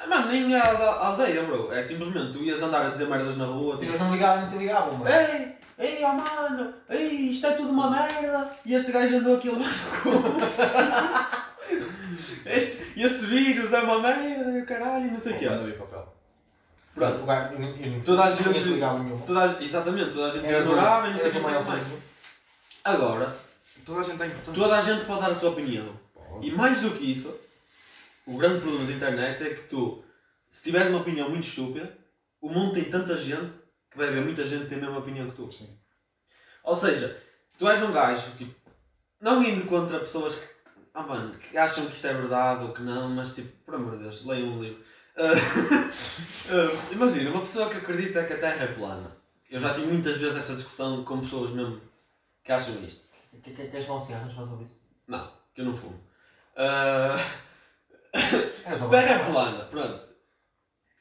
S1: Ah, Mano, nem é alde- aldeia, bro. É simplesmente tu ias andar a dizer merdas na rua, tipo.
S5: Eles não ligavam, não te ligavam, mano.
S1: Ei, ei, oh mano, ei, isto é tudo uma merda. E este gajo andou aqui a levar no cu. este, este vírus é uma merda e o caralho, não sei o quê.
S2: Manda-me papel.
S1: Pronto.
S5: O gajo- eu- eu- eu-
S1: Toda a gente-
S5: Ninguém te ligava nenhuma.
S1: Toda a, exatamente, toda a gente
S5: Eras o-
S1: adorava e não sei o
S5: eras
S1: que
S5: o maior
S1: mais.
S5: turismo.
S1: Agora,
S2: Toda a gente está importante.
S1: toda a gente pode dar a sua opinião. E mais do que isso, o grande problema da internet é que tu, se tiveres uma opinião muito estúpida, o mundo tem tanta gente que vai haver muita gente que tem a mesma opinião que tu.
S2: Sim.
S1: Ou seja, tu és um gajo, tipo, não indo contra pessoas que, ah, mano, que acham que isto é verdade ou que não, mas tipo, por amor de Deus, leiam um livro. Ah, ah, imagina, uma pessoa que acredita que a Terra é plana. Eu já tive muitas vezes esta discussão com pessoas mesmo que acham isto.
S5: Que- que- Queres falar um cigarro? Faz sobre isso.
S1: Não, que eu não fumo. Ah,
S5: Era só-
S1: terra plana, pronto.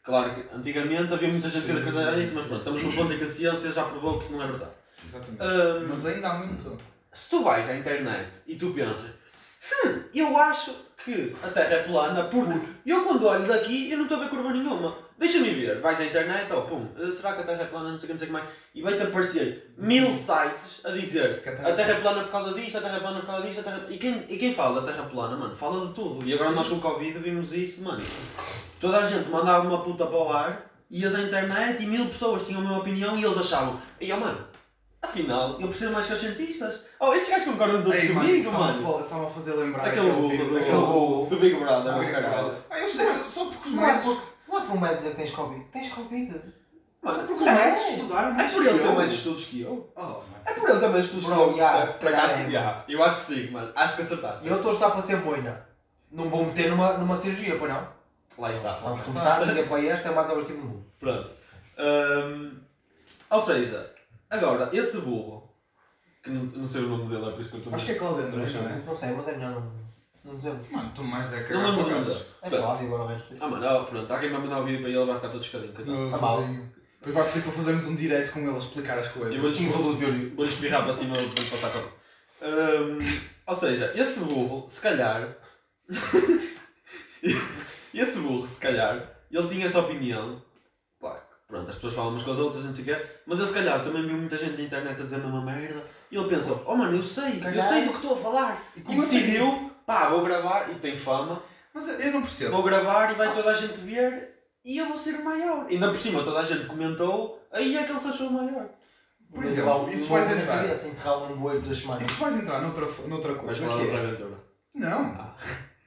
S1: Claro que antigamente havia muita gente que acreditava nisso, mas pronto, estamos num ponto em que a ciência já provou que isso não é verdade.
S2: Exatamente.
S1: Ah,
S2: Mas ainda há muito.
S1: se tu vais à internet e tu pensas, hum, eu acho que a Terra é plana porque eu quando olho daqui eu não estou a ver curva nenhuma. Deixa-me ver, vais à internet, ou pum, eh, será que a Terra é plana, não sei o que, não sei o que mais, e vai-te aparecer mil sites a dizer
S2: Que a Terra-
S1: a Terra é plana por causa disto, a Terra é plana por causa disto, a Terra... E, quem, e quem fala da Terra plana, mano, fala de tudo. E agora nós com o Covid vimos isso, mano. Toda a gente mandava uma puta para o ar, ias à internet e mil pessoas tinham a mesma opinião e eles achavam, e ó mano, afinal, eu preciso mais que os cientistas. Oh, estes gajos concordam todos
S2: Ei, mano,
S1: comigo,
S2: isso tá
S1: mano.
S2: está-me a fa- Está-me a fazer lembrar
S1: Aquele burro,
S2: vídeo-
S1: aquele
S2: aquele
S1: burro do Big Brother,
S2: burro,
S1: do caralho.
S2: caralho. Ah, eu sei, eu- só porque os
S5: Não é
S2: médicos...
S5: por- não é por um médico dizer que tens Covid. Tens Covid.
S2: Só porque os
S5: É.
S2: médicos estudaram né?
S1: É
S2: mais
S1: por
S2: que
S1: ele ter
S2: eu.
S1: mais estudos que eu?
S2: Oh, mano.
S1: É por ele ter mais estudos
S5: Bro,
S1: que eu?
S5: yeah,
S1: percebes?
S5: se
S1: Por
S5: calhar
S1: acaso,
S5: é.
S1: yeah, eu acho que sim, mas acho que acertaste.
S5: E eu estou a estar para ser boina. Não vou meter numa, numa cirurgia, pois não?
S1: Lá está.
S5: Vamos começar, por exemplo, esta é a mais abertiva do mundo.
S1: Pronto. Hum, ou seja, agora, esse burro, que não, não sei o nome dele, é por isso que eu estou
S2: Acho que é Claudio André, não é?
S5: Não sei, mas é melhor não, não dizermos.
S2: Mano, tu mais é
S1: Não
S2: cagar
S1: lembro
S2: para
S1: o nome
S2: eles.
S1: dele.
S5: É
S1: Pronto.
S5: Cláudio, agora o resto.
S1: Ah, mano, oh, pronto, alguém vai mandar o vídeo para ele, vai ficar todo escadinho. coitado.
S2: Não,
S5: Tá
S2: não
S5: mal.
S2: tenho. Depois vai pedir para fazermos um direct com ele a explicar as coisas. Tipo,
S1: Eu vou-lhe
S5: Involuto de Biolio.
S1: Vou espirrar para cima para lhe passar a cola. Hum, ou seja, esse burro, se calhar. esse burro, se calhar, ele tinha essa opinião. Pá, Pronto, as pessoas falam umas com as outras, não sei o quê. Mas eu se calhar também vi muita gente na internet a dizer a mesma merda. E ele pensou, oh mano, eu sei, eu
S5: calhar-
S1: sei do que estou a falar. E,
S2: como assim?
S1: decidiu, pá, vou gravar, e tem fama,
S2: Mas eu não percebo.
S1: vou gravar e vai toda a gente ver e eu vou ser o maior. Ainda por cima toda a gente comentou, aí é que ele se achou o maior.
S2: Por exemplo, isso vais assim, entrar.
S5: Cabeça, enterrá-lo no bueiro três semanas.
S2: Isso vais entrar noutra, f- noutra
S1: Mas
S2: coisa.
S1: falar Ah,
S2: que
S1: do
S2: é-
S1: Braventura.
S2: Não.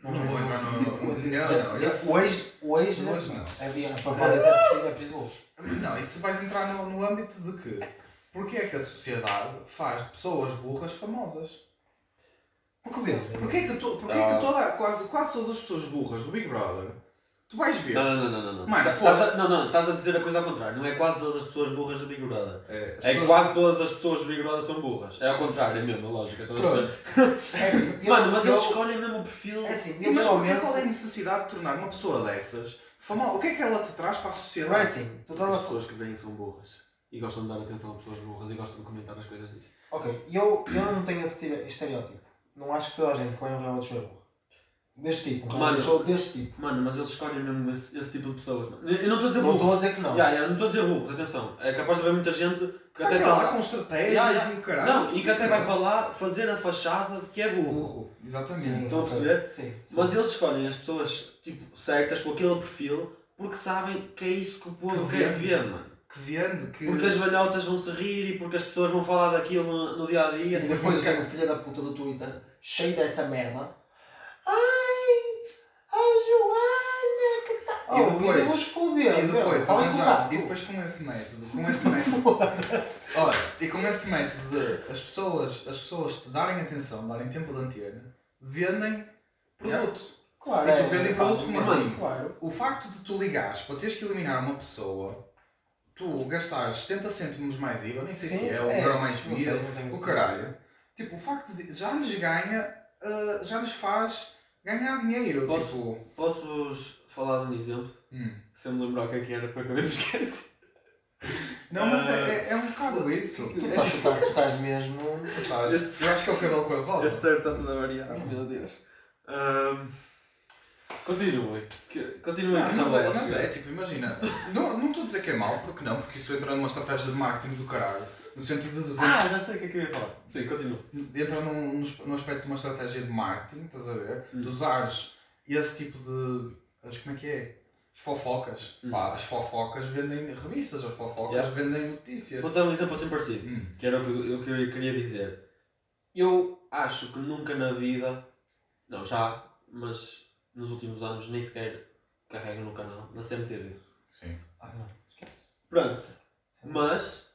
S2: Não vou entrar no. Não, não,
S5: O
S2: isso-
S5: ex, o ex,
S1: é
S2: Hoje
S5: nesse-
S2: não.
S5: havia para falar isso é preciso, é preciso hoje.
S2: não, isso vais entrar no, no âmbito de que. Porquê é que a sociedade faz de pessoas burras famosas?
S5: Porque o Belo,
S2: Porquê é que, tu, porquê
S1: Ah.
S2: é que toda, quase, quase todas as pessoas burras do Big Brother, tu vais ver
S1: Não, não, não, não, não.
S2: Mano,
S1: Tá-
S2: foda-se.
S1: estás a- não, não, estás a dizer a coisa ao contrário. Não é quase todas as pessoas burras do Big Brother.
S2: É, as
S1: É que
S2: pessoas-
S1: quase todas as pessoas do Big Brother são burras. É ao contrário, é mesmo, a lógica. estou a dizer.
S5: É assim, ele-
S1: Mano, mas
S5: eu-
S1: eles escolhem mesmo o perfil.
S5: É assim, eu
S2: Mas porquê,
S5: realmente.
S2: qual é a necessidade de tornar uma pessoa dessas famosa? O que é que ela te traz para a
S5: Não é
S2: sociedade?
S5: assim, tu estás
S1: Todas as
S5: a
S1: pessoas que vêm são burras. E gostam de dar atenção a pessoas burras e gostam de comentar as coisas disso.
S5: Ok, eu, eu não tenho esse estere- estereótipo. Não acho que toda a gente que vai a um reality show é burra. Deste tipo, um
S1: Mano.
S5: reality show deste tipo.
S1: Mano, mas eles escolhem mesmo esse, esse tipo de pessoas. mano. Eu não estou a dizer
S5: Não estou
S1: burros.
S5: a dizer que não.
S1: Yeah, yeah, não estou a dizer burros, atenção. É capaz de haver muita gente que até
S2: Vai para
S1: está
S2: lá
S1: lá.
S2: com estratégias
S1: Ya, ya.
S2: e o caralho.
S1: Não, e que até vai para lá fazer a fachada de que é burro. então-
S2: burro. Exatamente.
S5: Sim,
S1: Estão a
S5: ok.
S1: perceber?
S5: Sim. sim.
S1: Mas eles escolhem as pessoas tipo, certas com aquele perfil porque sabem que é isso que o povo
S2: Que
S1: quer
S2: vende.
S1: ver, mano.
S2: Que vende, que.
S1: Porque as balhotas vão se rir e porque as pessoas vão falar daquilo no, no dia a
S5: E
S1: dia.
S5: depois eu tenho o filho da puta do Twitter, cheio dessa merda. Ai! A Joana que tá.
S2: E
S5: Oh,
S2: depois?
S5: e depois foder.
S2: E depois,
S5: fala
S2: arranjar-
S5: com
S2: e
S5: o
S2: depois com esse método, com esse método. Olha, e com esse método de as pessoas, as pessoas te darem atenção, darem tempo de antena, vendem produto.
S5: Claro.
S2: E tu
S5: é,
S2: vendem
S5: é,
S2: produto
S5: é,
S2: como
S5: é,
S2: assim?
S5: Claro.
S2: O facto de tu ligares para teres que eliminar uma pessoa, tu gastares 70 cêntimos mais IVA, nem sei se é, um euro mais
S5: não sei,
S2: mil,
S5: não tenho
S2: o
S5: certeza.
S2: caralho. Tipo, o facto de já lhes ganha, ah, já lhes faz ganhar dinheiro.
S1: Posso-
S2: Tipo,
S1: Posso-vos falar de um exemplo?
S2: hum.
S1: Se eu me lembrar o que é que era, porque eu me esqueci.
S2: Não, mas é, é, é um bocado isso.
S5: Tu estás- tu estás- tu estás mesmo.
S2: Tu estás- Eu acho que é o cabelo cor-de-rosa.
S1: Esse ser está tudo a variar,
S2: Hum.
S1: meu Deus. Ahm, continuem. que- Continuem
S2: Não,
S1: que já
S2: mas
S1: vou
S2: é,
S1: lá
S2: mas é,
S1: chegar.
S2: tipo, imagina, não não estou a dizer que é mau, porque não, porque isso entra numa estratégia de marketing do caralho, no sentido de
S1: Ah, já sei o que é que eu ia falar. Sim, continua.
S2: entra num, num aspe- num aspecto de uma estratégia de marketing, estás a ver?
S1: Hum.
S2: De usares esse tipo de. as- como é que é? As fofocas.
S1: Hum.
S2: Pá, as fofocas vendem revistas, as fofocas
S1: Yeah.
S2: vendem notícias.
S1: Vou dar um exemplo assim parecido,
S2: Hum.
S1: que era o que eu, o que eu queria dizer. Eu acho que nunca na vida, não já, mas nos últimos anos nem sequer carrego no canal, na CMTV.
S2: Sim.
S5: Ah, não.
S1: Pronto. Mas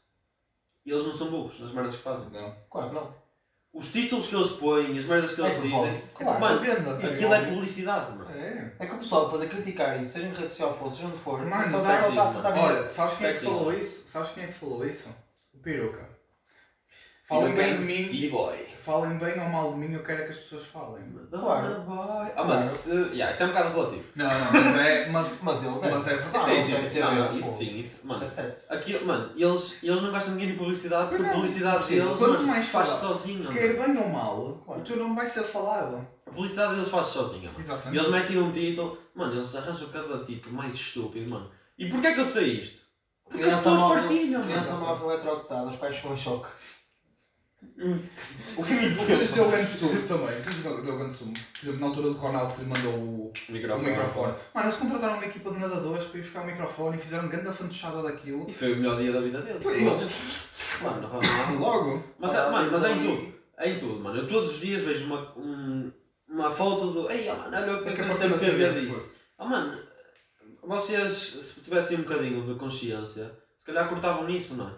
S1: eles não são burros nas merdas que fazem.
S2: Não.
S5: Claro que não.
S1: Os títulos que eles põem, as merdas que
S5: É
S1: eles
S5: futebol.
S1: dizem,
S5: Claro.
S2: é
S1: mano,
S2: uma venda.
S1: aquilo é publicidade, mano.
S2: É.
S5: É que o pessoal depois a criticar isso, seja em rede social, fosse seja onde for,
S2: Mano,
S5: só
S2: certo,
S5: dá soltar,
S1: Tá
S5: soltar merda.
S2: Olha, sabes quem é que
S1: Certinho.
S2: falou isso? Sabes quem é que falou isso? O peruca. Falem bem de mim,
S1: boy.
S2: falem bem ou mal de mim, eu quero é que as pessoas falem.
S5: Claro.
S1: Ah, mano, se, yeah, isso é um bocado relativo.
S2: Não, não, mas é, mas,
S5: Mas eles é.
S2: mas é
S1: Ah,
S2: verdade.
S1: sim,
S5: não
S1: sim,
S5: sei
S1: sim.
S5: ter,
S1: Não, não,
S5: pô.
S1: isso sim, isso,
S5: Isso é
S1: mano.
S5: certo.
S1: Aquilo, mano, eles, eles não gastam dinheiro em publicidade porque a
S2: Verdade.
S1: publicidade
S5: Sim.
S1: deles
S2: Quanto
S1: mano,
S2: mais
S1: faz
S2: falar.
S1: sozinha. mano.
S2: Quer bem ou mal,
S5: Claro.
S2: o teu nome vai ser falado.
S1: A publicidade deles faz sozinha, mano. E
S2: Exatamente.
S1: eles metem um título, mano, eles arranjam cada título mais estúpido, mano. E porquê é que eu sei isto? Porque as
S5: Criança
S1: pessoas
S5: mal-
S1: partilham,
S5: Criança
S1: mano.
S5: mal eletrocutada, os pais ficam em choque.
S2: O que lhes é o
S1: é
S2: que lhes deu grande sumo também, o que lhes deu grande sumo, é por exemplo, na altura do Ronaldo que lhe mandou o, o microfone. Mano, eles contrataram uma equipa de nadadores para ir buscar o microfone e fizeram grande fantochada daquilo.
S1: Isso foi o melhor dia da vida deles.
S2: Foi eles.
S1: Mano, Ronaldo.
S2: Logo.
S1: Mas, é- mano, mas é em tudo. É em tudo, mano. Eu todos os dias vejo uma, um- uma foto do. Ei, ah, mano, olha o que
S2: É
S1: é
S2: que
S1: que
S2: a
S1: eu
S2: próxima
S1: sempre sabia
S2: seria
S1: disso. Ah, mano, vocês, se tivessem um bocadinho de consciência, se calhar cortavam nisso, não é?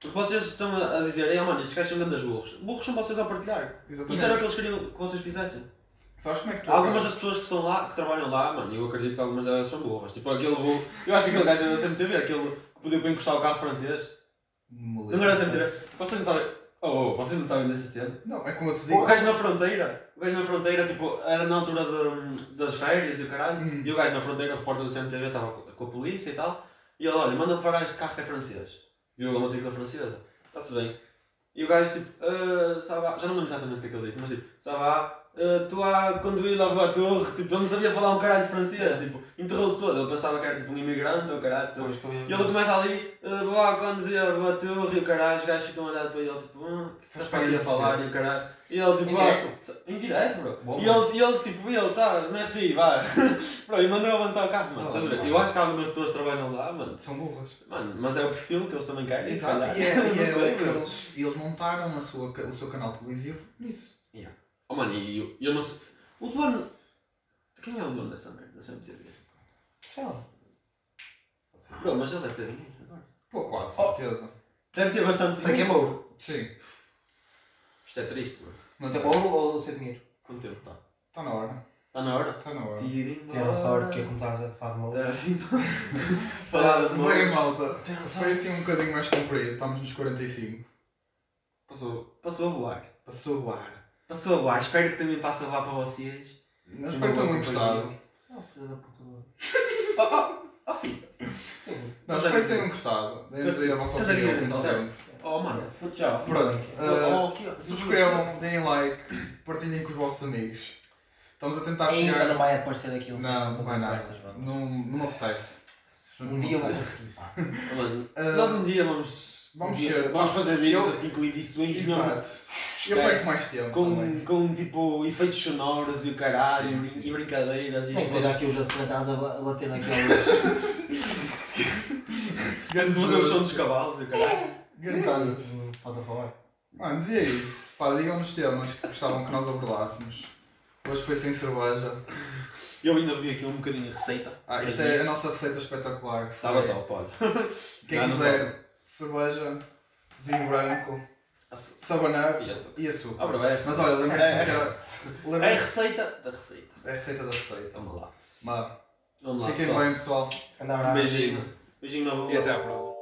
S1: Porque vocês estão a a dizer, ei, ah, mano, estes gajos são grandes burros. Burros são vocês a partilhar. Isso era o
S2: Exatamente.
S1: que eles queriam que vocês fizessem.
S2: Sabes como é que tu
S1: Algumas das pessoas que são lá, que trabalham lá, mano, eu acredito que algumas delas são burras. Tipo aquele burro. Eu acho que aquele gajo era da CMTV, aquele que pediu para encostar o carro francês. Não era da CMTV. Vocês não sabem. Oh, vocês não sabem desta cena?
S2: Não, é como eu te
S1: O
S2: digo.
S1: gajo na fronteira, o gajo na fronteira, tipo, era na altura de- das férias e o caralho,
S2: Hum.
S1: e o gajo na fronteira, o repórter do CMTV, estava co- com a polícia e tal, e ele, olha, manda parar este carro que é francês, viu a matrícula francesa, está-se bem. E o gajo, tipo, "Ah, ça va já não lembro exatamente o que é que ele disse, mas tipo, ça va, tu há, quando eu lá à torre, tipo, ele não sabia falar um caralho de francês, tipo, enterrou-se todo, ele pensava que era tipo um imigrante ou caralho, sei lá. E ele começa ali, ah, vou lá quando eu vou à torre e o caralho, os gajos ficam a olhar para ele, tipo, hum, estás para aqui a falar e o caralho. E ele tipo,
S5: é Indireto.
S1: ah, indireto,
S5: Bom,
S1: bro. E ele, e ele tipo, e ele tá, merci, vá. bro, e mandou avançar o carro, mano, estás a ver? Eu acho que algumas pessoas trabalham lá, mano.
S2: São burras.
S1: Mano, mas é o perfil que eles também querem, se
S2: Exato,
S1: calhar.
S2: e é, e
S1: não
S2: é
S1: sei,
S2: o que
S1: mano.
S2: eles, eles montaram a sua, ca- o seu canal televisivo nisso.
S1: Oh, mano, e eu, eu não sei. O dono. Quem é o dono dessa merda? Dessa MTV?
S5: Sei lá.
S1: Bro, mas ele deve ter dinheiro agora.
S2: Pô, quase
S1: Oh.
S2: certeza.
S1: Deve ter bastante
S5: Sei que é Mouro.
S2: Sim.
S1: Isto é triste, mano.
S2: Mas
S5: Mas é Mouro ou tem dinheiro?
S1: Quanto tempo está?
S2: está na hora.
S1: Está na hora?
S2: Está na hora.
S1: Tirem
S5: Tiveram sorte que é como estás a falar de Mouro.
S1: Falar É. de
S2: Bem,
S1: mal.
S2: é, malta. Foi assim um bocadinho mais comprido. Estamos nos 45.
S1: Passou, passou a voar.
S2: Passou o ar.
S1: Passou a voar. Espero que também passe a voar para vocês.
S2: Mas espero que tenham gostado.
S5: Oh, filho da puta.
S1: Oh, filho.
S2: Não, espero que tenham gostado. Deem-nos aí a vossa
S1: Mas é
S2: opinião,
S1: que-
S2: como
S1: mas é-
S2: sempre.
S1: Oh, mano.
S5: Fute já. fute.
S2: Pronto.
S5: Oh,
S1: Então,
S2: eh,
S5: aqui, ó.
S2: Subscrevam, deem like, partilhem com os vossos amigos. Estamos a tentar
S5: Ainda não
S2: chegar.
S5: vai aparecer aqui um
S2: Não, não
S5: das
S2: vai nada.
S5: apostas, mano.
S2: Não, não me apetece. Não
S5: Um
S2: me
S5: dia eu vou
S2: apetece.
S5: conseguir, pá.
S1: Oh, mano.
S2: Ah,
S1: Nós um dia vamos.
S2: vamos
S1: um dia-
S2: ser-
S1: Vamos fazer vídeos
S2: Eu-
S1: assim com edições mesmo.
S2: Exato. Eu perco mais tempo também.
S1: Com, com tipo efeitos sonoros e o caralho
S2: Sim, sim.
S1: e brincadeiras e
S5: Não
S1: isto.
S5: esteja aqui os acelerados a ba- a bater naquelas.
S1: Grande fazer o som dos cavalos e o caralho.
S2: Gansado.
S5: Faz a falar.
S2: Manos, e é isso. Pá, digam-nos temas que gostavam que nós abordássemos. Hoje foi sem cerveja.
S1: Eu ainda vi aqui um bocadinho de receita.
S2: Ah, isto é a nossa receita espetacular. que
S1: Estava
S2: foi-
S1: top, olha.
S2: Quem
S1: Não, não
S2: quiser, cerveja, vinho branco,
S1: Açúcar.
S2: sabanar
S1: E açúcar.
S2: e açúcar.
S1: Ah, bro, é a
S2: Mas
S1: receita.
S2: olha, lembrem-se
S1: É.
S2: de
S1: É
S2: ter-
S1: a
S2: lembrem-se-
S1: receita da receita.
S2: É a receita da receita.
S1: Vamos lá.
S2: Vá,
S1: Vamos lá.
S2: Fiquem
S1: pessoal.
S2: bem, pessoal. Um
S5: Grande abraço.
S1: Beijinho. Beijinho na boca.
S2: E até à próxima.